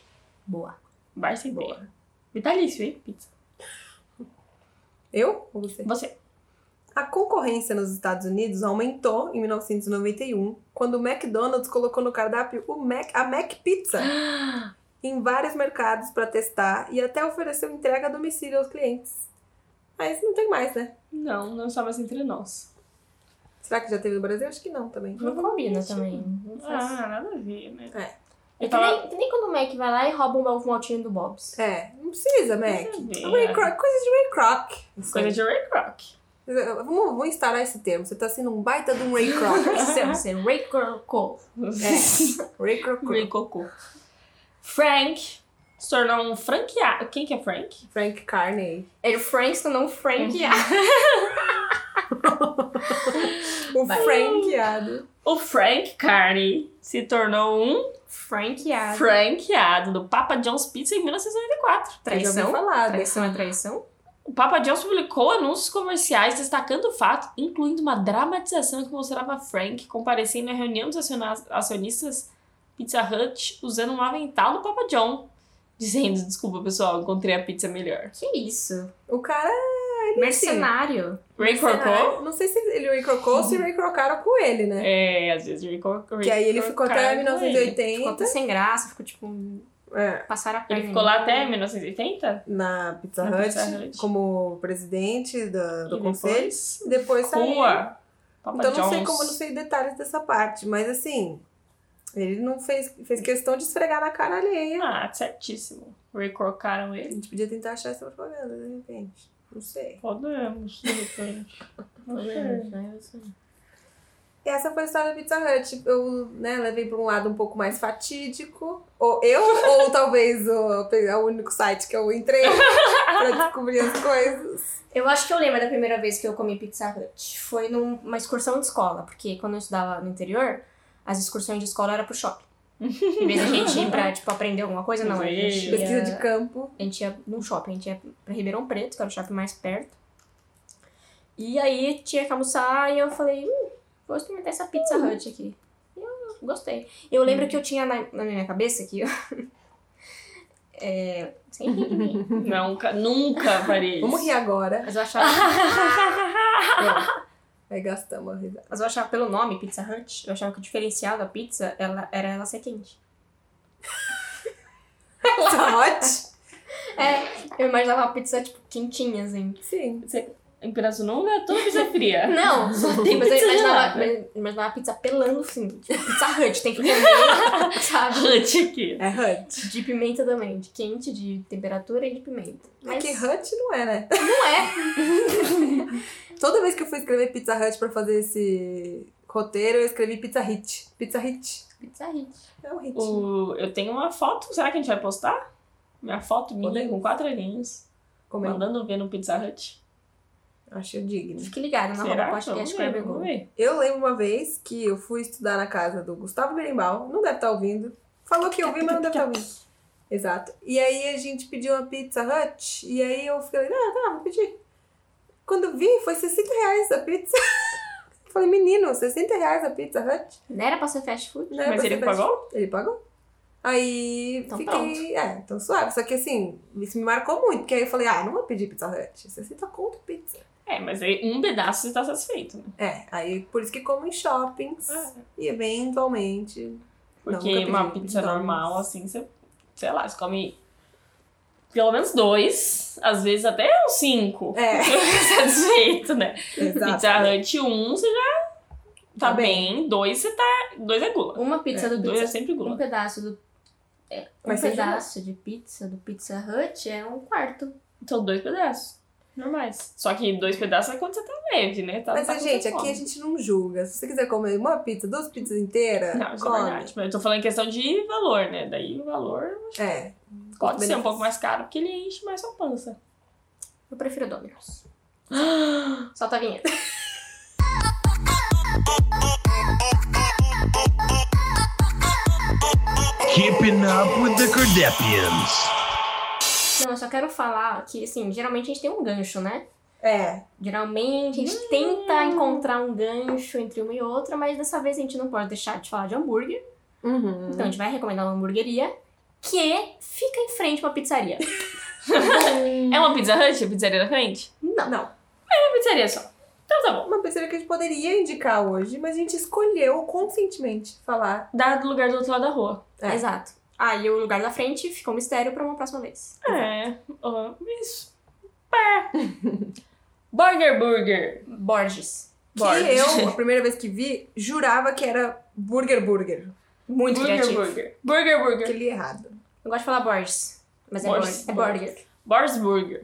Speaker 1: Boa.
Speaker 3: Barça inteira. Vitalício, hein? Pizza.
Speaker 2: Eu ou você?
Speaker 3: Você.
Speaker 2: A concorrência nos Estados Unidos aumentou em 1991, quando o McDonald's colocou no cardápio o Mac, a Mac [gasps] Pizza em vários mercados para testar e até ofereceu entrega a domicílio aos clientes. Mas não tem mais, né?
Speaker 3: Não, não está mais entre nós.
Speaker 2: Será que já teve no Brasil? Acho que não também.
Speaker 1: Não combina também. Não faz
Speaker 3: Ah, nada a ver, né?
Speaker 2: É.
Speaker 1: É
Speaker 3: Eu
Speaker 1: que,
Speaker 3: tava...
Speaker 1: nem, que nem quando o Mac vai lá e rouba o ovo maltinho do Bob's.
Speaker 2: É, não precisa, Mac. É.
Speaker 3: Nada a ver.
Speaker 2: Ray Kroc, coisa de Ray Kroc.
Speaker 3: Coisa de Ray Kroc.
Speaker 2: Vamos, vamos instalar esse termo. Você tá sendo um baita de um Ray Kroc.
Speaker 1: Seu ser Ray Kroc.
Speaker 2: É. Ray Kroc.
Speaker 3: [laughs] Ray Cocô. Frank se tornou um franqueado. Quem que é Frank?
Speaker 2: Frank Carney.
Speaker 1: Ele É Frank não Frank.
Speaker 2: O
Speaker 1: Vai.
Speaker 2: franqueado.
Speaker 3: O Frank Carney se tornou um
Speaker 1: Franqueado.
Speaker 3: franqueado do Papa John's Pizza em
Speaker 2: Já
Speaker 3: 1994.
Speaker 2: ouvi
Speaker 1: Traição?
Speaker 2: falar desse
Speaker 1: Traição é traição?
Speaker 3: O Papa John's publicou anúncios comerciais destacando o fato, incluindo uma dramatização que mostrava Frank comparecendo à reunião dos aciona- acionistas Pizza Hut usando um avental do Papa John, dizendo: Desculpa, pessoal, encontrei a pizza melhor.
Speaker 1: Que isso?
Speaker 2: O cara é
Speaker 1: Mercenário.
Speaker 3: Ray Cocô?
Speaker 2: Será? né? Não sei se ele Ray Crocou ou se Ray Crocaram com ele, né?
Speaker 3: É, às vezes Ray Cocô.
Speaker 2: Que aí ele ficou até
Speaker 1: Ficou
Speaker 2: 1980.
Speaker 1: até sem graça, ficou tipo.
Speaker 2: É,
Speaker 1: Passaram a perna.
Speaker 3: Ele ficou lá até 1980?
Speaker 2: na Pizza
Speaker 3: Na Pizza
Speaker 2: Hut,
Speaker 3: Hut.
Speaker 2: como presidente do, do
Speaker 3: E
Speaker 2: conselho.
Speaker 3: depois,
Speaker 2: E Depois saiu.
Speaker 3: Rua. Papa
Speaker 2: Então não sei
Speaker 3: John's.
Speaker 2: como, não sei detalhes dessa parte, mas assim, ele não fez, fez questão de esfregar na cara alheia.
Speaker 3: Ah, certíssimo. Recrocaram
Speaker 2: A
Speaker 3: ele.
Speaker 2: gente podia tentar achar essa propaganda, de repente. Não sei.
Speaker 3: Podemos, de repente.
Speaker 2: [laughs]
Speaker 1: né?
Speaker 2: E essa foi a história da Pizza Hut. Eu né, levei para um lado um pouco mais fatídico. Ou eu, [laughs] ou talvez o, o único site que eu entrei para descobrir as coisas.
Speaker 1: Eu acho que eu lembro da primeira vez que eu comi Pizza Hut. Foi numa excursão de escola, porque quando eu estudava no interior, as excursões de escola eram pro shopping. Em vez da gente ir pra, tipo, aprender alguma coisa, não. A gente ia-
Speaker 2: Pesquisa de campo.
Speaker 1: a gente ia num shopping, a gente ia pra Ribeirão Preto, que era o shopping mais perto. E aí tinha que almoçar e eu falei, hum, vou experimentar essa Pizza Hut aqui. E eu gostei. Eu lembro que eu tinha na, na minha cabeça que eu. [laughs] é. Sem rir de mim.
Speaker 3: nunca, nunca faria isso.
Speaker 2: Vamos rir agora.
Speaker 1: Mas eu achava.
Speaker 2: Aí gastamos a [laughs] risada.
Speaker 1: Mas eu achava pelo nome Pizza Hut, eu achava que o diferencial da pizza ela, era ela ser quente.
Speaker 2: Tá hot?
Speaker 1: Eu imaginava uma pizza, tipo, quentinha, assim.
Speaker 2: Sim.
Speaker 3: Em Pirassununga é toda pizza
Speaker 2: [laughs]
Speaker 3: fria.
Speaker 1: Não, só tem, mas eu
Speaker 3: Pizza
Speaker 1: imaginava,
Speaker 3: gelada.
Speaker 1: mas- imaginava pizza pelando, assim, tipo, pizza hut, tem que comer, [laughs] sabe?
Speaker 3: Hut aqui.
Speaker 2: É Hut.
Speaker 1: De pimenta também, de quente, de temperatura e de pimenta.
Speaker 2: É
Speaker 1: Mas
Speaker 2: que Hut não é, né?
Speaker 1: não é.
Speaker 2: Toda vez que eu fui escrever Pizza Hut pra fazer esse roteiro, eu escrevi Pizza Hit. Pizza Hit.
Speaker 1: Pizza hit.
Speaker 2: É um hit.
Speaker 3: O- eu tenho uma foto, será que a gente vai postar? Minha foto minha
Speaker 2: Podemos.
Speaker 3: com quatro aninhos,
Speaker 2: Comendo.
Speaker 3: mandando ver no Pizza Hut.
Speaker 2: Acho digno.
Speaker 1: Fique
Speaker 2: Ah,
Speaker 1: ligado é na
Speaker 3: Será?
Speaker 1: roupa
Speaker 3: Vamos
Speaker 1: podcast
Speaker 3: ver,
Speaker 1: Grab and Go.
Speaker 3: vamos ver.
Speaker 2: Eu lembro uma vez que eu fui estudar na casa do Gustavo Berimbau, não deve estar ouvindo. Falou que ouviu, mas não deve estar ouvindo. Exato. E aí a gente pediu uma pizza hut, e aí eu falei, ah, tá, vou pedir. Quando eu vi, foi 60 reais a pizza. [laughs] Eu falei, menino, 60 reais a pizza hut?
Speaker 1: Não era pra ser fast food?
Speaker 2: Não é
Speaker 3: Mas
Speaker 2: pra
Speaker 3: ele
Speaker 2: ser fast-
Speaker 3: pagou?
Speaker 2: Ele pagou. Aí
Speaker 1: Então
Speaker 2: fiquei,
Speaker 1: pronto.
Speaker 2: é, então suave. Só que assim, isso me marcou muito, porque aí eu falei, ah, não vou pedir pizza hut, 60 conto pizza.
Speaker 3: É, mas aí um pedaço você tá satisfeito, né?
Speaker 2: É, aí por isso que como em shoppings
Speaker 3: É.
Speaker 2: e eventualmente
Speaker 3: Porque
Speaker 2: nunca pedi
Speaker 3: uma pizza
Speaker 2: McDonald's.
Speaker 3: normal, assim, você, sei lá, você come pelo menos dois, às vezes até uns cinco.
Speaker 2: É,
Speaker 3: [laughs]
Speaker 2: [laughs]
Speaker 3: satisfeito, né?
Speaker 2: exato.
Speaker 3: Pizza Hut um, você já tá,
Speaker 2: Tá
Speaker 3: bem. Dois, você tá. Dois é gula.
Speaker 1: Uma pizza do
Speaker 3: Dois é
Speaker 1: pizza
Speaker 3: sempre
Speaker 1: Um
Speaker 3: gula.
Speaker 1: pedaço do. é, um
Speaker 2: Mas sem
Speaker 1: pedaço de pizza do Pizza Hut é um quarto.
Speaker 3: Então, dois pedaços. Normais. Só que dois pedaços é quando você tá leve, né? Tá,
Speaker 2: Mas,
Speaker 3: tá com
Speaker 2: gente,
Speaker 3: fome.
Speaker 2: aqui a gente não julga. Se você quiser comer uma pizza, duas pizzas inteiras,
Speaker 3: Não, isso é
Speaker 2: come.
Speaker 3: verdade. Mas eu tô falando em questão de valor, né? Daí o valor
Speaker 2: É,
Speaker 3: pode ser um
Speaker 2: benefício.
Speaker 3: pouco mais caro, porque ele enche mais sua pança.
Speaker 1: Eu prefiro [gasps] Domino's. Solta a vinheta.
Speaker 5: Keeping up with the Kardashians.
Speaker 1: Não, eu só quero falar que, assim, geralmente a gente tem um gancho, né?
Speaker 2: é.
Speaker 1: Geralmente a gente tenta encontrar um gancho entre uma e outra, mas dessa vez a gente não pode deixar de falar de hambúrguer.
Speaker 2: Uhum.
Speaker 1: Então a gente vai recomendar uma hamburgueria que é, fica em frente a uma pizzaria.
Speaker 3: É uma Pizza Hut, a pizzaria da frente?
Speaker 1: Não.
Speaker 2: Não,
Speaker 3: É uma pizzaria só. Então tá bom.
Speaker 2: uma pizzaria que a gente poderia indicar hoje, mas a gente escolheu conscientemente falar.
Speaker 3: Dá do lugar do outro lado da rua.
Speaker 2: É.
Speaker 1: Exato. Ah, e o lugar da frente ficou um mistério pra uma próxima vez.
Speaker 3: É, ó, isso. [laughs] Pé. Burger Burger.
Speaker 1: Borges.
Speaker 3: Borges.
Speaker 2: Que eu, a primeira vez que vi, jurava que era Burger Burger.
Speaker 1: Muito
Speaker 3: [laughs] burger
Speaker 1: criativo.
Speaker 3: Burger. Burger
Speaker 2: Que
Speaker 3: Burger.
Speaker 2: li errado.
Speaker 1: Eu gosto de falar Borges, mas é
Speaker 3: Borges.
Speaker 1: Borges. É Borger.
Speaker 3: Bors Burger.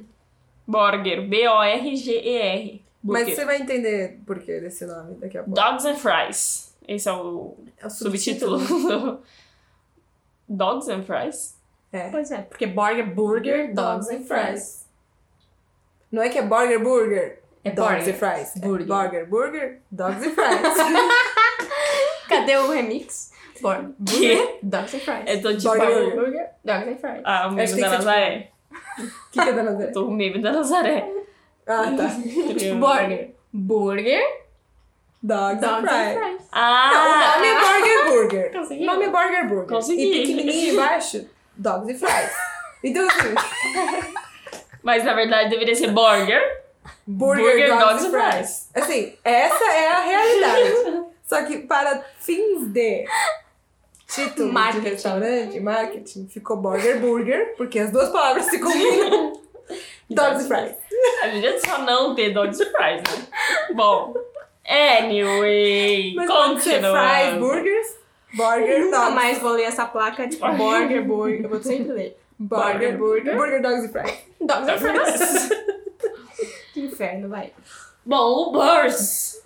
Speaker 3: Burger. B-O-R-G-E-R.
Speaker 2: Mas
Speaker 3: Burger.
Speaker 2: você vai entender por que desse nome daqui a pouco.
Speaker 3: Dogs and Fries. Esse é o
Speaker 2: É o
Speaker 3: subtítulo. [laughs] do- Dogs and Fries?
Speaker 2: [laughs] É.
Speaker 1: Pois é, porque Borger, Burger, Dogs and Fries.
Speaker 2: Não é que é Burger Burger?
Speaker 1: É
Speaker 2: Dogs
Speaker 1: Borger.
Speaker 2: and Fries.
Speaker 1: Burger.
Speaker 2: É Burger Burger, Dogs and Fries.
Speaker 1: [laughs] Cadê o remix? Borger,
Speaker 3: Que?
Speaker 1: Dogs and Fries.
Speaker 3: Eu tô tipo...
Speaker 2: Burger Burger.
Speaker 1: Burger, Dogs and Fries.
Speaker 3: Ah, o
Speaker 2: Acho
Speaker 3: meme
Speaker 2: que tem que
Speaker 3: da
Speaker 2: ser
Speaker 3: Nazaré.
Speaker 2: O que, que é da Nazaré?
Speaker 3: Eu tô com o meme da
Speaker 2: [laughs]
Speaker 3: Nazaré.
Speaker 1: [laughs]
Speaker 2: Ah, tá.
Speaker 1: Tipo, Burger. Burger,
Speaker 2: Dogs, and
Speaker 1: Dogs
Speaker 2: Fries.
Speaker 1: and Fries.
Speaker 3: Ah!
Speaker 2: Ah, o nome é Burger Burger.
Speaker 3: Conseguiu?
Speaker 2: Nome é Burger Burger.
Speaker 3: Consegui.
Speaker 2: E pequenininho embaixo, Dogs and
Speaker 1: [laughs]
Speaker 2: Fries. Então, assim,
Speaker 3: Mas na verdade deveria ser Burger.
Speaker 2: Burger,
Speaker 3: Burger,
Speaker 2: Dogs,
Speaker 3: Dogs
Speaker 2: and
Speaker 3: and
Speaker 2: Fries. Assim, essa é a realidade. Só que para fins de título
Speaker 1: Marketing.
Speaker 2: de restaurante, marketing, ficou Burger Burger, porque as duas palavras se [laughs]
Speaker 3: [laughs]
Speaker 2: combinam. Dogs and Fries.
Speaker 3: A gente é só não ter Dogs and Fries, né? Bom, anyway,
Speaker 2: Mas pode ser Fries,
Speaker 3: continuando.
Speaker 2: Burgers, Burger,
Speaker 1: Nunca
Speaker 2: Dogs.
Speaker 1: mais vou ler essa placa
Speaker 2: [laughs]
Speaker 1: tipo Burger, Burger. Eu vou sempre ler.
Speaker 2: Burger, Burger, Burger, Dogs and Fries.
Speaker 1: Dogs and Fries. que inferno, vai.
Speaker 3: [laughs] Bom, o Burrs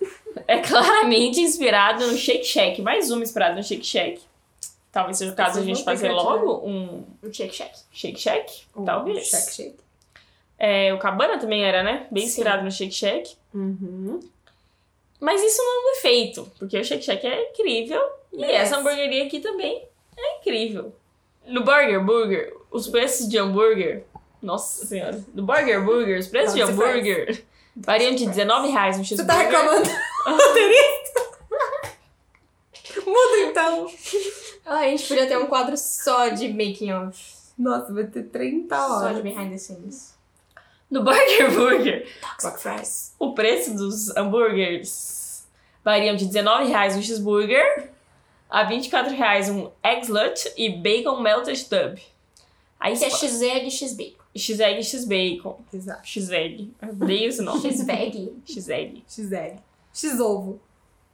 Speaker 3: é claramente inspirado no Shake Shack. Mais uma inspirada no Shake Shack. Talvez seja o caso
Speaker 2: Vocês
Speaker 3: a gente
Speaker 2: vão
Speaker 3: fazer
Speaker 2: ter que
Speaker 3: logo um
Speaker 1: Um shake shake.
Speaker 3: Shake Shack.
Speaker 2: Um
Speaker 3: Talvez.
Speaker 2: Shake, shake.
Speaker 3: É, o Cabana também era, né? Bem
Speaker 1: Sim.
Speaker 3: inspirado no Shake Shack.
Speaker 2: Uhum.
Speaker 3: Mas isso não é um defeito, porque o Shake Shack é incrível e
Speaker 2: Merece.
Speaker 3: essa hamburgueria aqui também é incrível. No Burger Burger, os preços de hambúrguer, nossa senhora, no Burger Burger, os preços de
Speaker 2: Nossa,
Speaker 3: hambúrguer variam de R$19,00 no
Speaker 2: Você tá
Speaker 1: [laughs]
Speaker 3: cheeseburger.
Speaker 2: reclamando roteirista? Muda então.
Speaker 1: Ah, a gente podia ter um quadro só de making of.
Speaker 2: Nossa, vai ter 30
Speaker 1: Só
Speaker 2: horas.
Speaker 1: de behind the scenes.
Speaker 3: [laughs] No Burger Burger,
Speaker 2: Dogs fries.
Speaker 3: o preço dos hambúrgueres variam de R$19,00 no cheeseburger a R$24,00 um egg slut e bacon melted dub. Aí
Speaker 1: Esse é XE de X-Bacon.
Speaker 3: X-Egg e X-Bacon.
Speaker 2: Exato.
Speaker 3: X-Egg. Eu Odeio esse nome.
Speaker 1: X-Bag. [laughs]
Speaker 3: X-Egg.
Speaker 2: X-egg. X-ovo.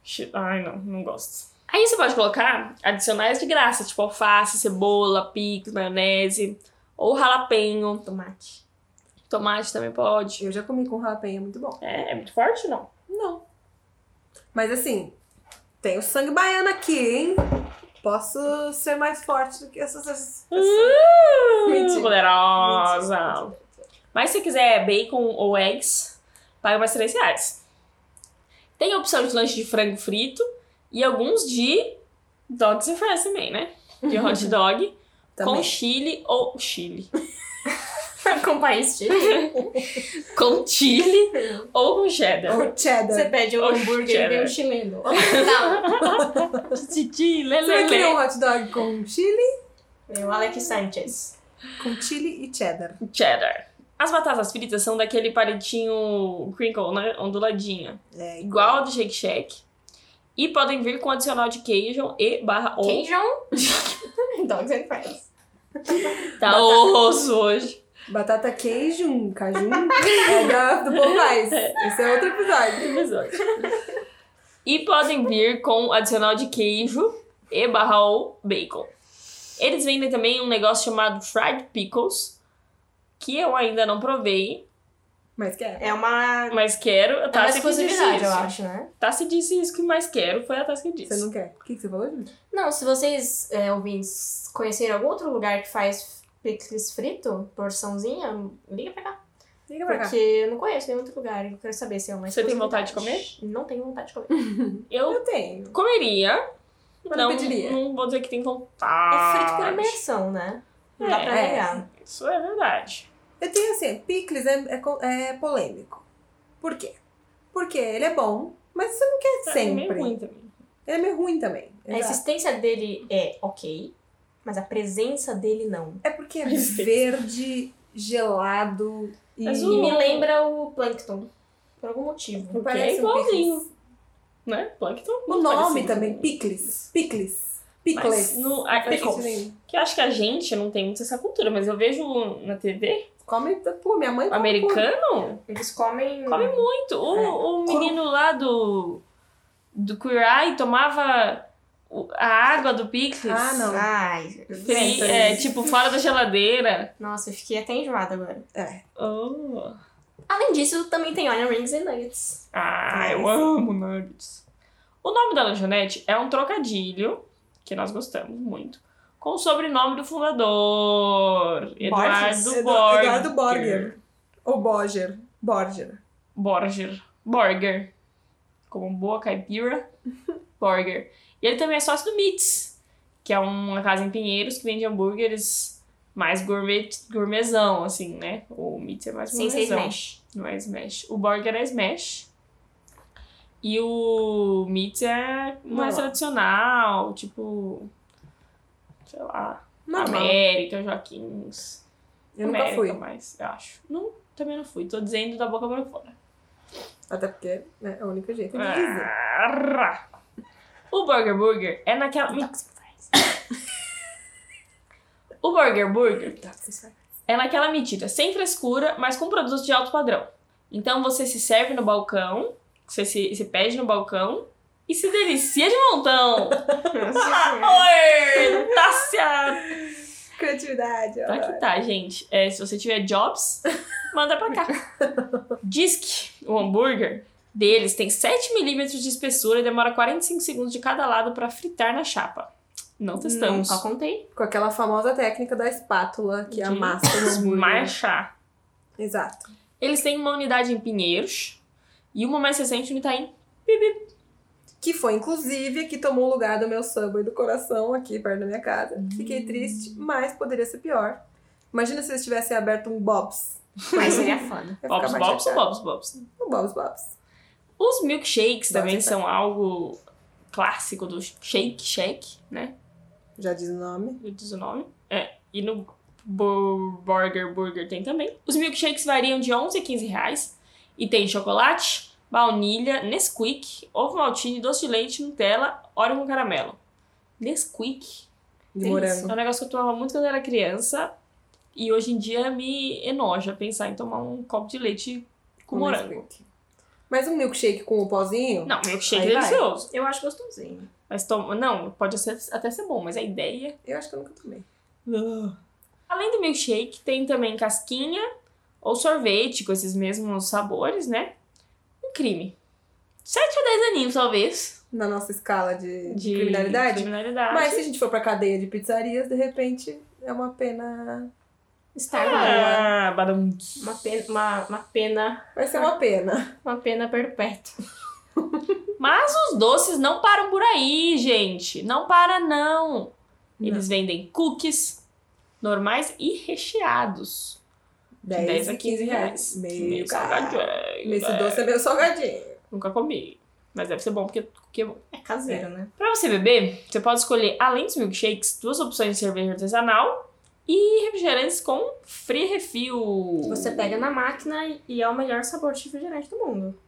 Speaker 3: X- Ai, não, não gosto. Aí você pode colocar adicionais de graça, tipo alface, cebola, picles, maionese, ou jalapeño,
Speaker 1: Tomate.
Speaker 3: tomate também pode.
Speaker 2: Eu já comi com jalapeno, é muito bom.
Speaker 3: É, é muito forte não?
Speaker 2: Não. Mas assim, tem o sangue baiano aqui, hein? Posso ser mais forte do que essas. essas-
Speaker 3: Uh,
Speaker 2: Mentira.
Speaker 3: Poderosa!
Speaker 2: Mentira.
Speaker 3: Mas se quiser bacon ou eggs, paga mais 3 reais. Tem a opção de lanche de frango frito e alguns de dogs and fries também, né? De hot dog com
Speaker 2: Também.
Speaker 3: chile ou chile.
Speaker 1: Com país chique.
Speaker 3: Com
Speaker 2: [laughs]
Speaker 3: chile ou com cheddar.
Speaker 2: Ou cheddar.
Speaker 1: Você pede
Speaker 2: Oh,
Speaker 1: um
Speaker 3: Oxe,
Speaker 1: hambúrguer e vem
Speaker 3: cheddar.
Speaker 1: um chileno. [laughs] Não,
Speaker 3: Titi,
Speaker 2: Você queria um
Speaker 3: lelele.
Speaker 2: hot dog com chili?
Speaker 1: meu Alex Sanchez.
Speaker 2: Com chili e cheddar.
Speaker 3: um Cheddar. As batatas fritas são daquele palitinho crinkle, né? Onduladinha.
Speaker 2: É
Speaker 3: Igual a do Shake Shack. E podem vir com adicional de queijo e barra ou.
Speaker 1: Cajun. [laughs] Dogs and fries.
Speaker 3: Tá horroroso hoje.
Speaker 2: Batata queijo, um caju. é da, [laughs] do Pão Mais. Esse é outro episódio.
Speaker 3: e podem vir com adicional de queijo e barra ou bacon. Eles vendem também um negócio chamado Fried Pickles, que eu ainda não provei,
Speaker 2: Mas que é.
Speaker 1: É uma...
Speaker 3: mas quero. A
Speaker 1: É uma
Speaker 3: Tassi que disse
Speaker 1: exclusividade,
Speaker 3: isso.
Speaker 1: eu acho, né?
Speaker 3: Tassi disse isso que mais quero, foi a Tassi que
Speaker 2: Você
Speaker 3: disse.
Speaker 2: não quer? O que, que você falou, Júlia?
Speaker 1: Não, se vocês, é, ouvintes, conhecerem algum outro lugar que faz picles frito, porçãozinha, liga pra cá.
Speaker 2: Liga pra cá.
Speaker 1: Porque eu não conheço nenhum outro lugar. Eu quero saber se é uma
Speaker 3: Você tem vontade de
Speaker 1: exclusividade. Não tenho vontade de comer.
Speaker 3: Eu
Speaker 2: Eu tenho.
Speaker 3: comeria,
Speaker 2: Mas não
Speaker 3: não,
Speaker 2: pediria.
Speaker 3: não vou dizer que tem
Speaker 1: É
Speaker 3: vontade.
Speaker 1: frito por imersão, né? Não dá pra
Speaker 2: É.
Speaker 1: negar.
Speaker 3: Isso é verdade.
Speaker 2: Eu tenho assim, picles é, é co- é polêmico. Por quê? Porque ele é bom, mas você não quer
Speaker 3: É meio
Speaker 2: sempre.
Speaker 3: ruim também.
Speaker 2: ele é meio ruim também.
Speaker 1: A
Speaker 2: exato.
Speaker 1: existência dele é ok, mas a presença dele não.
Speaker 2: É porque
Speaker 3: [laughs]
Speaker 2: é verde, gelado e.
Speaker 3: Mas
Speaker 1: E
Speaker 3: o-
Speaker 1: me lembra o Plankton, por algum motivo.
Speaker 2: não parece
Speaker 3: é
Speaker 2: um
Speaker 3: igualzinho.
Speaker 2: picles.
Speaker 3: Né? Plankton.
Speaker 2: O nome também, picles. Picles. Picles.
Speaker 3: Mas no- a-
Speaker 2: Faz
Speaker 3: pickles.
Speaker 2: sentido nenhum.
Speaker 3: Que eu acho que a gente não tem muito essa cultura, mas eu vejo na TV
Speaker 2: Come, pô, minha mãe come
Speaker 3: americano,
Speaker 1: Eles comem.
Speaker 3: come muito. O,
Speaker 2: É.
Speaker 3: o
Speaker 2: Cru.
Speaker 3: menino lá do, do Queer Eye tomava o- a água do Picles.
Speaker 2: Ah, não.
Speaker 1: Ai,
Speaker 3: Fri-
Speaker 2: Sim,
Speaker 3: é, tipo, fora da geladeira.
Speaker 1: Nossa, eu fiquei até enjoada agora.
Speaker 3: Oh.
Speaker 1: Além disso, também tem onion rings e nuggets.
Speaker 3: Ah,
Speaker 2: Ai,
Speaker 3: eu
Speaker 2: sim.
Speaker 3: amo nuggets. O nome da lanchonete é um trocadilho, que nós gostamos muito, com o sobrenome do fundador, tipo Eduardo
Speaker 2: É. Edu-
Speaker 3: Borger.
Speaker 2: Eduardo Borger. Ou Borger. Borger.
Speaker 3: Borger. Borger. Como boa
Speaker 2: [laughs]
Speaker 3: caipira, Borger. E ele também é sócio do Meats, que é uma casa em Pinheiros que vende hambúrgueres mais gourmet, gourmetzão, assim, né? O Meats é mais
Speaker 1: Sem ser
Speaker 3: gourmetzão.
Speaker 1: smash.
Speaker 3: Não é smash. O Borger é smash. E o Meats é
Speaker 2: Normal.
Speaker 3: mais tradicional, tipo... Sei lá,
Speaker 2: Normal.
Speaker 3: América, Joaquins...
Speaker 2: Eu nunca
Speaker 3: América,
Speaker 2: fui.
Speaker 3: mas eu acho. Não, também não fui. Tô dizendo da boca pra fora.
Speaker 2: Até porque né, é o único jeito de dizer.
Speaker 3: Arra. O Burger Burger é naquela. [coughs] o Burger Burger é naquela medida, sem frescura, mas com produtos de alto padrão. Então você se serve no balcão, você se, se pede no balcão e se delicia de montão. Oi, Tássia!
Speaker 2: Criatividade, ó.
Speaker 3: Então aqui tá, gente. É, se você tiver jobs,
Speaker 2: [laughs]
Speaker 3: manda pra cá. Diz que o hambúrguer deles tem 7 milímetros de espessura e demora 45 segundos de cada lado pra fritar na chapa. Não testamos.
Speaker 1: Só contei.
Speaker 2: Com aquela famosa técnica da espátula que
Speaker 3: De
Speaker 2: amassa o hambúrguer.
Speaker 3: Marchar.
Speaker 2: Exato.
Speaker 3: Eles têm uma unidade em Pinheiros e uma mais recente tá no Itaim.
Speaker 2: Que foi, inclusive, a que tomou o lugar do meu Subway do coração aqui perto da minha casa. Fiquei triste, mas poderia ser pior. Imagina se eles tivessem aberto um Bob's.
Speaker 1: Mas seria foda.
Speaker 2: Eu ia
Speaker 3: Bobs,
Speaker 2: ficar mais
Speaker 3: Bobs,
Speaker 2: chateada.
Speaker 3: Bobs, Bobs.
Speaker 2: Um Bob's, Bob's.
Speaker 3: Os milkshakes
Speaker 2: Nossa,
Speaker 3: também
Speaker 2: tá.
Speaker 3: são algo clássico do shake shake, né?
Speaker 2: Já diz o nome.
Speaker 3: Eu diz o nome. É. E no Bur- Burger Burger tem também. Os milkshakes variam de 11 a 15 reais. E tem chocolate, baunilha, Nesquik, ovo maltine, doce de leite, Nutella, óleo com caramelo. Nesquik.
Speaker 2: De
Speaker 1: Tem
Speaker 2: morango.
Speaker 3: É um negócio que eu tomava muito quando eu era criança. E hoje em dia me enoja pensar em tomar um copo de leite com
Speaker 2: um
Speaker 3: morango.
Speaker 2: Nesquik. Mas um milkshake com o pozinho?
Speaker 3: Não, milkshake é
Speaker 2: Aí vai.
Speaker 3: delicioso.
Speaker 1: Eu acho gostosinho.
Speaker 3: Mas toma, não, pode ser- até ser bom, mas a ideia.
Speaker 2: Eu acho que eu nunca tomei.
Speaker 3: Ah. Além do milkshake, tem também casquinha ou sorvete com esses mesmos sabores, né? Um crime. 7 ou 10 aninhos, talvez.
Speaker 2: Na nossa escala de, de criminalidade.
Speaker 3: criminalidade.
Speaker 2: Mas se a gente for pra cadeia de pizzarias, de repente é uma pena.
Speaker 1: Está errado.
Speaker 3: Ah, badum.
Speaker 1: uma pena, uma, uma pena,
Speaker 2: Vai ser uma pena.
Speaker 1: uma pena perpétua.
Speaker 3: Mas os doces não param por aí, gente. Não para, não. Eles vendem cookies normais e recheados. De 10, a 15 reais.
Speaker 2: Meio caro.
Speaker 3: salgadinho.
Speaker 2: Esse
Speaker 3: né?
Speaker 2: doce é meio salgadinho.
Speaker 3: Nunca comi. Mas deve ser bom, porque cookie é bom.
Speaker 1: É caseiro, né?
Speaker 3: Pra você beber, você pode escolher, além dos milkshakes, duas opções de cerveja artesanal e refrigerantes com free refill.
Speaker 1: É. Você pega na máquina e é o melhor sabor de refrigerante do mundo.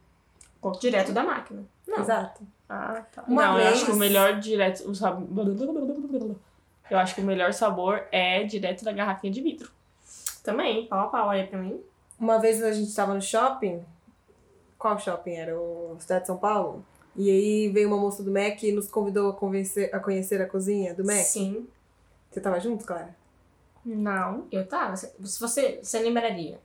Speaker 1: Direto da máquina. Não.
Speaker 2: Exato.
Speaker 3: Ah, tá.
Speaker 2: Uma
Speaker 3: Não, eu
Speaker 2: vez-
Speaker 3: acho que o melhor direto... o sab- [laughs] Eu acho que o melhor sabor é direto da garrafinha de vidro.
Speaker 1: Também, pau a pau aí pra mim.
Speaker 2: Uma vez a gente tava no shopping. Qual shopping era? O Cidade de São Paulo? E aí veio uma moça do Mac e nos convidou a, convencer, a conhecer a cozinha do Mac.
Speaker 1: Sim.
Speaker 2: Você tava junto, Clara?
Speaker 3: Não.
Speaker 1: Eu tava. Se se você, você lembraria.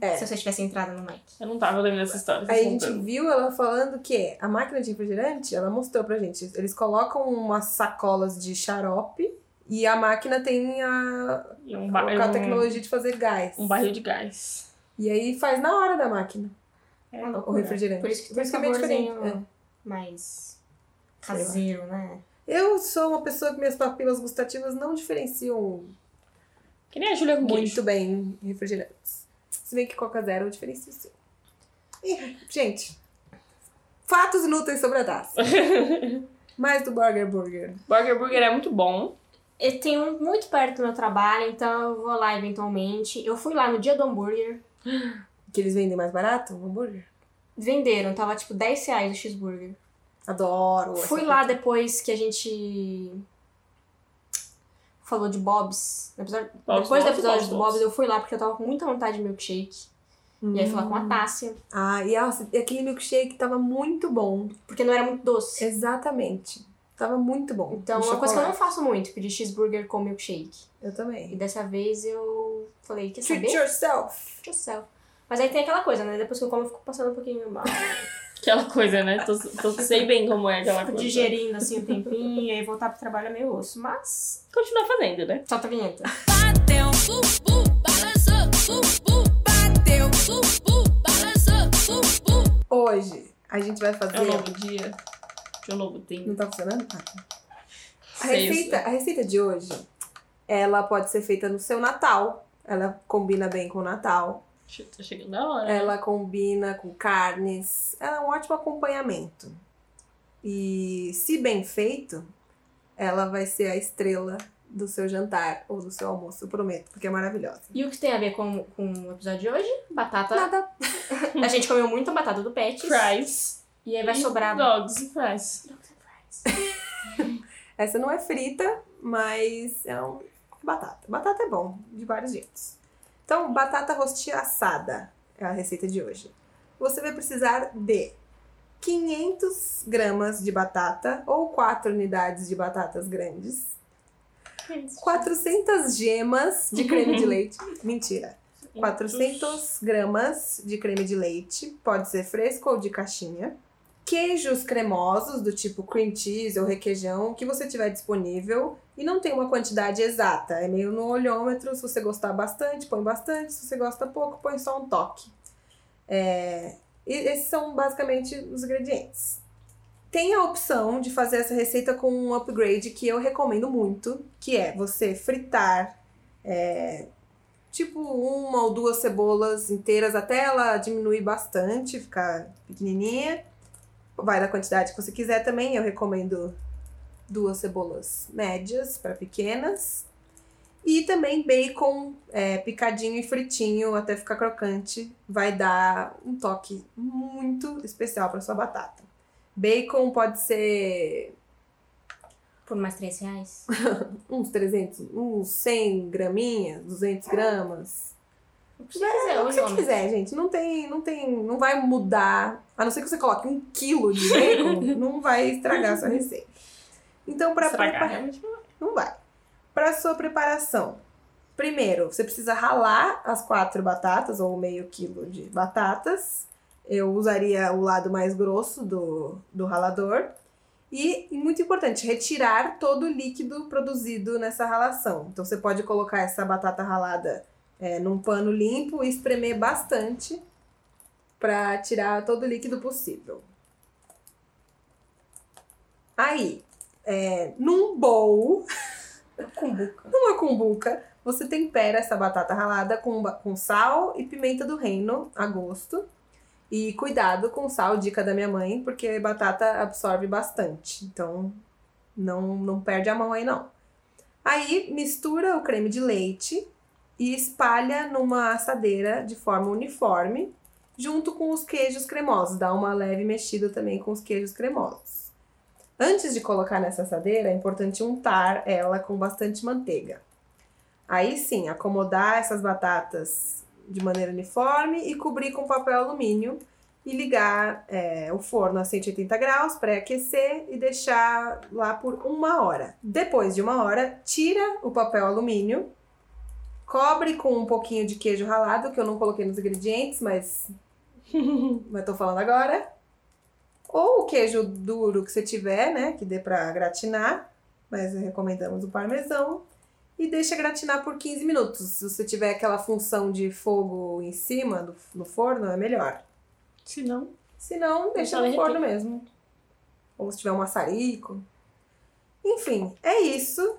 Speaker 2: É.
Speaker 1: Se você tivesse entrado no Mac.
Speaker 3: Eu não tava lembrando dessa história.
Speaker 1: Tá
Speaker 2: Aí a
Speaker 3: vocês
Speaker 2: gente
Speaker 3: contando.
Speaker 2: viu ela falando que é a máquina de refrigerante, ela mostrou pra gente. Eles colocam umas sacolas de xarope e a máquina tem a,
Speaker 3: E um, ba-
Speaker 1: é
Speaker 2: a
Speaker 3: um,
Speaker 2: tecnologia de fazer gás.
Speaker 3: um barril de gás.
Speaker 2: E aí faz na hora da máquina
Speaker 1: É uma
Speaker 2: o
Speaker 1: loucura.
Speaker 2: refrigerante.
Speaker 1: Por isso que tem um
Speaker 2: é bem
Speaker 1: saborzinho né?
Speaker 2: diferente. é.
Speaker 1: mais
Speaker 2: Sei lá.
Speaker 1: caseiro, né?
Speaker 2: É. Eu sou uma pessoa que minhas papilas gustativas não diferenciam
Speaker 3: Que nem a Júlia com
Speaker 2: muito
Speaker 3: queijo.
Speaker 2: bem refrigerantes. Se bem que Coca Zero diferencia sim. Ih, Gente, fatos inúteis sobre
Speaker 1: [laughs]
Speaker 2: a taça. Mais do Burger Burger.
Speaker 3: Burger Burger é muito bom.
Speaker 1: Eu tenho um muito perto do meu trabalho, então eu vou lá eventualmente. Eu fui lá no dia do hambúrguer.
Speaker 2: Que eles vendem mais barato, o hambúrguer.
Speaker 1: Venderam, tava tipo 10 reais o cheeseburger.
Speaker 2: Adoro. essa
Speaker 1: Fui lá depois que a gente falou de Bob's. No episódio-
Speaker 3: Bob's
Speaker 1: depois do
Speaker 3: Bob's,
Speaker 1: episódio
Speaker 3: Bob's,
Speaker 1: do
Speaker 3: Bob's.
Speaker 1: Bob's, eu fui lá porque eu tava com muita vontade de milkshake. E aí fui lá com a
Speaker 3: Hum.
Speaker 1: Tássia,
Speaker 2: Hum. Ah, e nossa, e aquele milkshake tava muito bom.
Speaker 1: porque não era muito doce.
Speaker 2: Exatamente. Tava muito bom.
Speaker 1: Então,
Speaker 2: O
Speaker 1: uma coisa que eu não
Speaker 2: chocolate.
Speaker 1: faço muito, pedir cheeseburger com milkshake.
Speaker 2: Eu
Speaker 1: E
Speaker 2: também.
Speaker 1: dessa vez eu falei, quer
Speaker 2: Treat
Speaker 1: saber?
Speaker 2: yourself.
Speaker 1: Meu Deus do céu. Mas aí tem aquela coisa, né? Depois que eu como, eu fico passando um pouquinho
Speaker 3: [laughs]
Speaker 1: mal.
Speaker 3: Aquela coisa, né? Tô, tô- sei bem como é
Speaker 2: [laughs]
Speaker 3: aquela
Speaker 1: Fico
Speaker 3: coisa.
Speaker 1: digerindo assim um tempinho, e aí voltar pro trabalho é meio osso. Mas.
Speaker 3: Continua fazendo, né?
Speaker 1: Solta a vinheta.
Speaker 4: Bateu, bu, bu, balançou, bu, bu, bateu, bu, bu, balançou, bu, bu.
Speaker 2: Hoje a gente vai fazer.
Speaker 3: É um novo dia. De um novo tempo.
Speaker 2: Não tá funcionando? Ah, tá. A
Speaker 3: Sexta.
Speaker 2: receita, a receita de hoje, ela pode ser feita no seu Natal. Ela combina bem com o Natal.
Speaker 3: Che- Tá chegando a hora.
Speaker 2: Ela combina com carnes. Ela é um ótimo acompanhamento. E se bem feito, ela vai ser a estrela do seu jantar ou do seu almoço, eu prometo, porque é maravilhosa.
Speaker 1: E o que tem a ver com, com o episódio de hoje? Batata.
Speaker 2: Nada.
Speaker 1: A gente comeu muita batata do Pet.
Speaker 3: Fries.
Speaker 1: E aí vai
Speaker 3: E
Speaker 1: sobrar.
Speaker 3: Dogs e fries.
Speaker 2: Essa não é frita, mas é um batata. Batata é bom, de vários jeitos. Então, batata rostia assada é a receita de hoje. Você vai precisar de 500 gramas de batata ou 4 unidades de batatas grandes, 400 gemas de creme de leite. Mentira. 400 gramas de creme de leite, pode ser fresco ou de caixinha. Queijos cremosos, do tipo cream cheese ou requeijão, o que você tiver disponível. E não tem uma quantidade exata, é meio no olhômetro. Se você gostar bastante, põe bastante. Se você gosta pouco, põe só um toque. É, E esses são basicamente os ingredientes. Tem a opção de fazer essa receita com um upgrade que eu recomendo muito, que é você fritar tipo uma ou duas cebolas inteiras até ela diminuir bastante, ficar pequenininha. Vai da quantidade que você quiser também. Eu recomendo duas cebolas médias para pequenas. E também bacon é, picadinho e fritinho até ficar crocante. Vai dar um toque muito especial para sua batata. Bacon pode ser
Speaker 1: Por mais 3 reais.
Speaker 2: Uns 300, uns 100 graminhas, 200 gramas.
Speaker 1: O que você quiser
Speaker 2: É o que
Speaker 1: hoje,
Speaker 2: você
Speaker 1: homem.
Speaker 2: quiser, gente. Não tem, não tem, não vai mudar. A não ser que você coloque um quilo de bacon, não vai estragar a sua receita. Então, pra
Speaker 1: É,
Speaker 3: Estragar,
Speaker 2: preparar...
Speaker 3: realmente não.
Speaker 2: Não vai. Para sua preparação, primeiro você precisa ralar as quatro batatas ou meio quilo de batatas. Eu usaria o lado mais grosso do, do ralador. E, e muito importante, retirar todo o líquido produzido nessa ralação. Então você pode colocar essa batata ralada é, num pano limpo e espremer bastante para tirar todo o líquido possível. Aí, é, num bowl,
Speaker 1: Cumbuca.
Speaker 2: numa cumbuca, você tempera essa batata ralada com, ba- com sal e pimenta do reino a gosto. E cuidado com o sal, dica da minha mãe, porque batata absorve bastante. Então, não, não perde a mão aí, não. Aí, mistura o creme de leite e espalha numa assadeira de forma uniforme, junto com os queijos cremosos. Dá uma leve mexida também com os queijos cremosos. Antes de colocar nessa assadeira, é importante untar ela com bastante manteiga. Aí sim, acomodar essas batatas de maneira uniforme e cobrir com papel alumínio e ligar é, o forno a 180 graus, pré-aquecer e deixar lá por uma hora. Depois de uma hora, tira o papel alumínio, cobre com um pouquinho de queijo ralado, que eu não coloquei nos ingredientes, mas, [laughs] mas tô falando agora ou o queijo duro que você tiver, né, que dê pra gratinar, mas recomendamos o parmesão, e deixa gratinar por 15 minutos. Se você tiver aquela função de fogo em cima do, no forno, é melhor.
Speaker 3: Se não,
Speaker 2: Se não, deixa
Speaker 3: só
Speaker 2: no forno
Speaker 3: derreter.
Speaker 2: mesmo. Ou se tiver um maçarico. Enfim, é isso.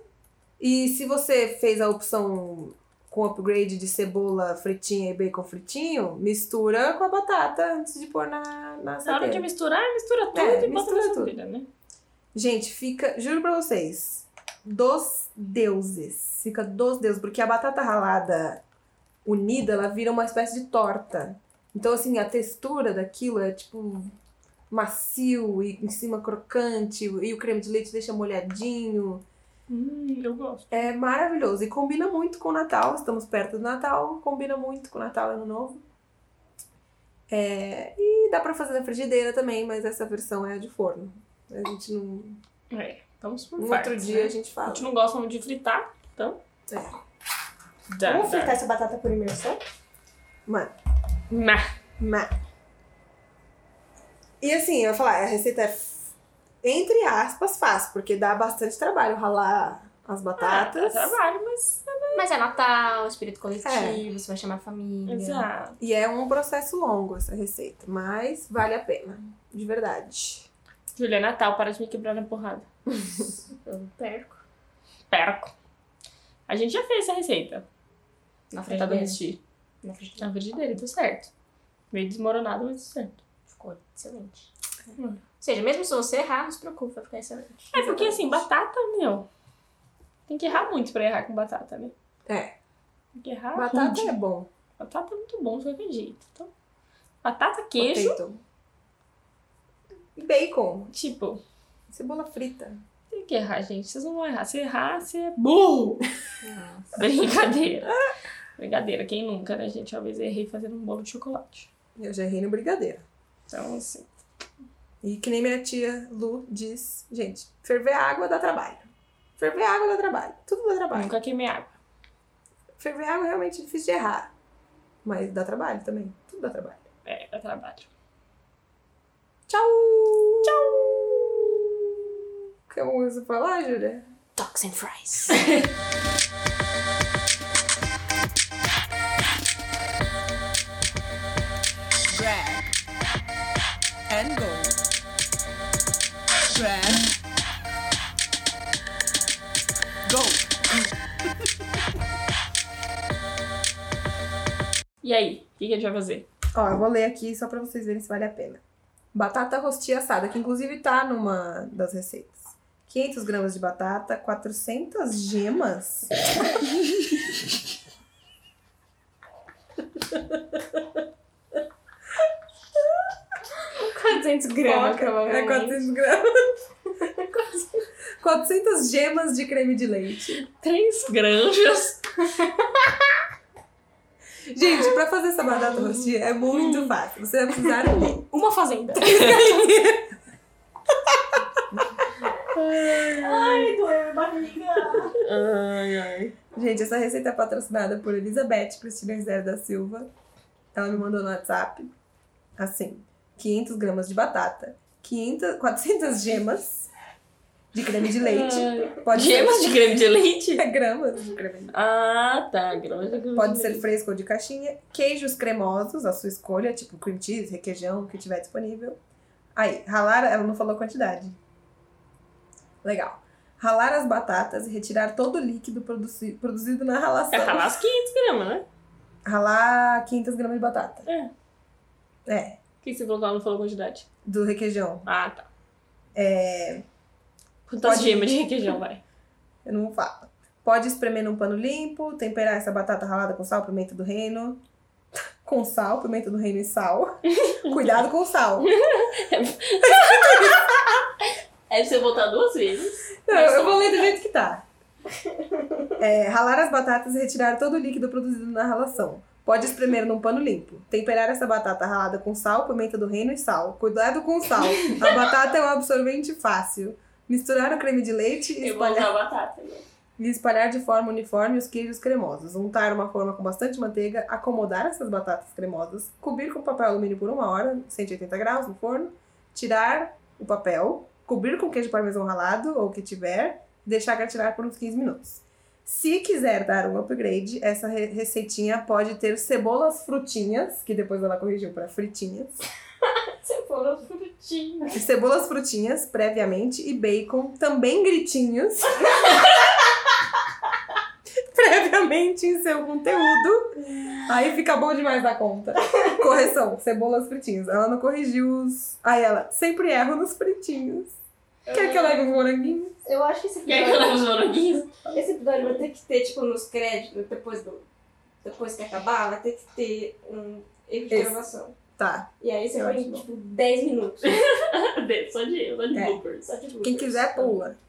Speaker 2: E se você fez a opção com upgrade de cebola fritinha e bacon fritinho, mistura com a batata antes de pôr na, na
Speaker 3: na hora
Speaker 2: assadeira.
Speaker 3: de misturar, mistura tudo
Speaker 2: Tá É,
Speaker 3: e bota
Speaker 2: mistura
Speaker 3: na
Speaker 2: tudo.
Speaker 3: assadeira, né?
Speaker 2: Gente, fica, juro pra vocês, dos deuses. Fica dos deuses, porque a batata ralada unida, ela vira uma espécie de torta. Então, assim, a textura daquilo é tipo macio e em cima crocante, e o creme de leite deixa molhadinho.
Speaker 3: Hum, eu gosto.
Speaker 2: É maravilhoso e combina muito com o Natal. Estamos perto do Natal, combina muito com o Natal e Ano Novo. É, e dá pra fazer na frigideira também, mas essa versão é a de forno. A gente não,
Speaker 3: É, vamos por
Speaker 2: um
Speaker 3: partes,
Speaker 2: outro dia
Speaker 3: né?
Speaker 2: a gente
Speaker 3: A
Speaker 2: fala.
Speaker 3: gente não gosta muito de fritar, então...
Speaker 2: É.
Speaker 3: Dá,
Speaker 1: Vamos
Speaker 3: dá.
Speaker 1: fritar essa batata por imersão?
Speaker 2: Mano,
Speaker 3: Nah.
Speaker 2: mas... E assim, eu ia falar, a receita é, f- entre aspas, fácil, porque dá bastante trabalho ralar as
Speaker 3: Ah, dá
Speaker 2: batatas.
Speaker 3: trabalho, mas...
Speaker 1: Mas é Natal, espírito coletivo,
Speaker 2: É.
Speaker 1: você vai chamar a família.
Speaker 3: Exato.
Speaker 2: e é um processo longo essa receita, mas vale a pena, de verdade.
Speaker 3: Julia, é Natal, para de me quebrar na
Speaker 2: [laughs]
Speaker 3: porrada.
Speaker 1: Eu perco.
Speaker 3: Perco. A gente já fez essa receita.
Speaker 1: Na
Speaker 3: Tá do
Speaker 1: frigideira.
Speaker 3: resistir.
Speaker 1: Na frigideira.
Speaker 3: Na frigideira, deu certo. Meio desmoronado, mas deu certo.
Speaker 1: Ficou excelente. Ou seja, mesmo se você errar, não se preocupe, vai ficar excelente.
Speaker 3: É porque, assim, batata, meu... Tem que errar muito pra errar com batata, né?
Speaker 2: É,
Speaker 3: Tem que errar
Speaker 2: batata
Speaker 3: rude.
Speaker 2: é bom.
Speaker 3: Batata é muito bom de qualquer jeito. Então, batata, queijo,
Speaker 2: potato. E Bacon,
Speaker 3: tipo,
Speaker 2: cebola frita.
Speaker 3: tem que errar, gente. Vocês não vão errar. Se errar, você é burro. [laughs] Brincadeira. Brincadeira. Quem nunca, né, gente? Uma vez eu errei fazendo um bolo de chocolate.
Speaker 2: Eu já errei no brigadeiro.
Speaker 3: Então, assim,
Speaker 2: E que nem minha tia Lu diz, gente, ferver água dá trabalho. Ferver água dá trabalho. Tudo dá trabalho.
Speaker 3: tá nunca queimei água.
Speaker 2: Ferver água é realmente difícil de errar. Mas dá trabalho também. Tudo dá trabalho.
Speaker 3: É, dá trabalho.
Speaker 2: Tchau! Tchau! Quer alguma coisa pra falar, Júlia?
Speaker 1: Tox and [laughs] fries.
Speaker 2: Grab and go. Grab. Go.
Speaker 3: E aí, o que, que a gente vai fazer?
Speaker 2: Ó, eu vou ler aqui só pra vocês verem se vale a pena. Batata rostia assada, que inclusive tá numa das receitas. 500 gramas de batata, 400 gemas. É
Speaker 1: Quantos
Speaker 2: Coca.
Speaker 1: gramas, provavelmente.
Speaker 2: É 400 gramas. [laughs] 400 gemas de creme de leite.
Speaker 3: Três granjas.
Speaker 2: Gente, pra fazer essa batata rostinha é muito fácil. Você vai precisar de
Speaker 1: Uma [laughs] fazenda. Ai, doeu minha barriga.
Speaker 2: Ai, ai. Gente, essa receita é patrocinada por Elizabeth Cristina Zero da Silva. Ela me mandou no WhatsApp. Assim, 500 gramas de batata, 500, 400 gemas de creme de leite. Pode
Speaker 3: Gemas de creme de leite?
Speaker 2: ser gramas de creme de leite.
Speaker 3: Ah, tá. Gramas de creme
Speaker 2: Pode
Speaker 3: de
Speaker 2: ser
Speaker 3: leite.
Speaker 2: fresco ou de caixinha. Queijos cremosos, a sua escolha, tipo cream cheese, requeijão, o que tiver disponível. Aí, ralar, ela não falou a quantidade. Legal. Ralar as batatas e retirar todo o líquido produzi- produzido na
Speaker 3: É
Speaker 2: ralação.
Speaker 3: ralar as 500 gramas, né?
Speaker 2: Ralar 500 gramas de batata.
Speaker 3: É.
Speaker 2: É,
Speaker 3: O que você falou que ela não falou a quantidade?
Speaker 2: do requeijão.
Speaker 3: Ah, tá. É... Quantas
Speaker 2: Pode-
Speaker 3: gemas de requeijão vai?
Speaker 2: Eu não falo. Pode espremer num pano limpo, temperar essa batata ralada com sal, pimenta do reino. [laughs] Com sal, pimenta do reino e
Speaker 3: [laughs]
Speaker 2: sal. Cuidado com o sal.
Speaker 3: [laughs] É você botar duas vezes.
Speaker 2: Não, eu vou ler do jeito que tá. É, ralar as batatas e retirar todo o líquido produzido na ralação. Pode espremer num pano limpo. Temperar essa batata ralada com sal, pimenta do reino e sal. Cuidado com o sal. A batata é um absorvente fácil. Misturar o creme de leite e
Speaker 3: Eu vou
Speaker 2: espalhar...
Speaker 3: usar a batata. né?
Speaker 2: e espalhar de forma uniforme os queijos cremosos, untar uma forma com bastante manteiga, acomodar essas batatas cremosas, cobrir com papel alumínio por uma hora, 180 graus no forno, tirar o papel, cobrir com queijo parmesão ralado ou o que tiver, deixar gratinar por uns 15 minutos. Se quiser dar um upgrade, essa re- receitinha pode ter cebolas frutinhas, que depois ela corrigiu para fritinhas,
Speaker 3: Você falou frutinho.
Speaker 2: cebolas frutinhas previamente e bacon, também gritinhos. previamente em seu conteúdo. Aí fica bom demais da conta. Correção, cebolas fritinhas. Ela não corrigiu os. Aí ela sempre erra nos fritinhos. Quer que eu leve um moranguinho?
Speaker 1: Eu acho que esse
Speaker 3: Quer que eu
Speaker 1: episódio,
Speaker 3: leve os [laughs] moranguinhos?
Speaker 1: esse episódio vai ter que ter, tipo, nos créditos, depois, do, depois que acabar, vai ter que ter um erro de
Speaker 2: Esse.
Speaker 1: gravação.
Speaker 2: Tá.
Speaker 1: E aí você
Speaker 2: Eu
Speaker 1: vai,
Speaker 2: acho bom. [laughs]
Speaker 1: tipo, 10 minutos.
Speaker 3: Só de, só de
Speaker 2: É.
Speaker 3: bloopers.
Speaker 1: Só de
Speaker 2: Quem quiser, pula.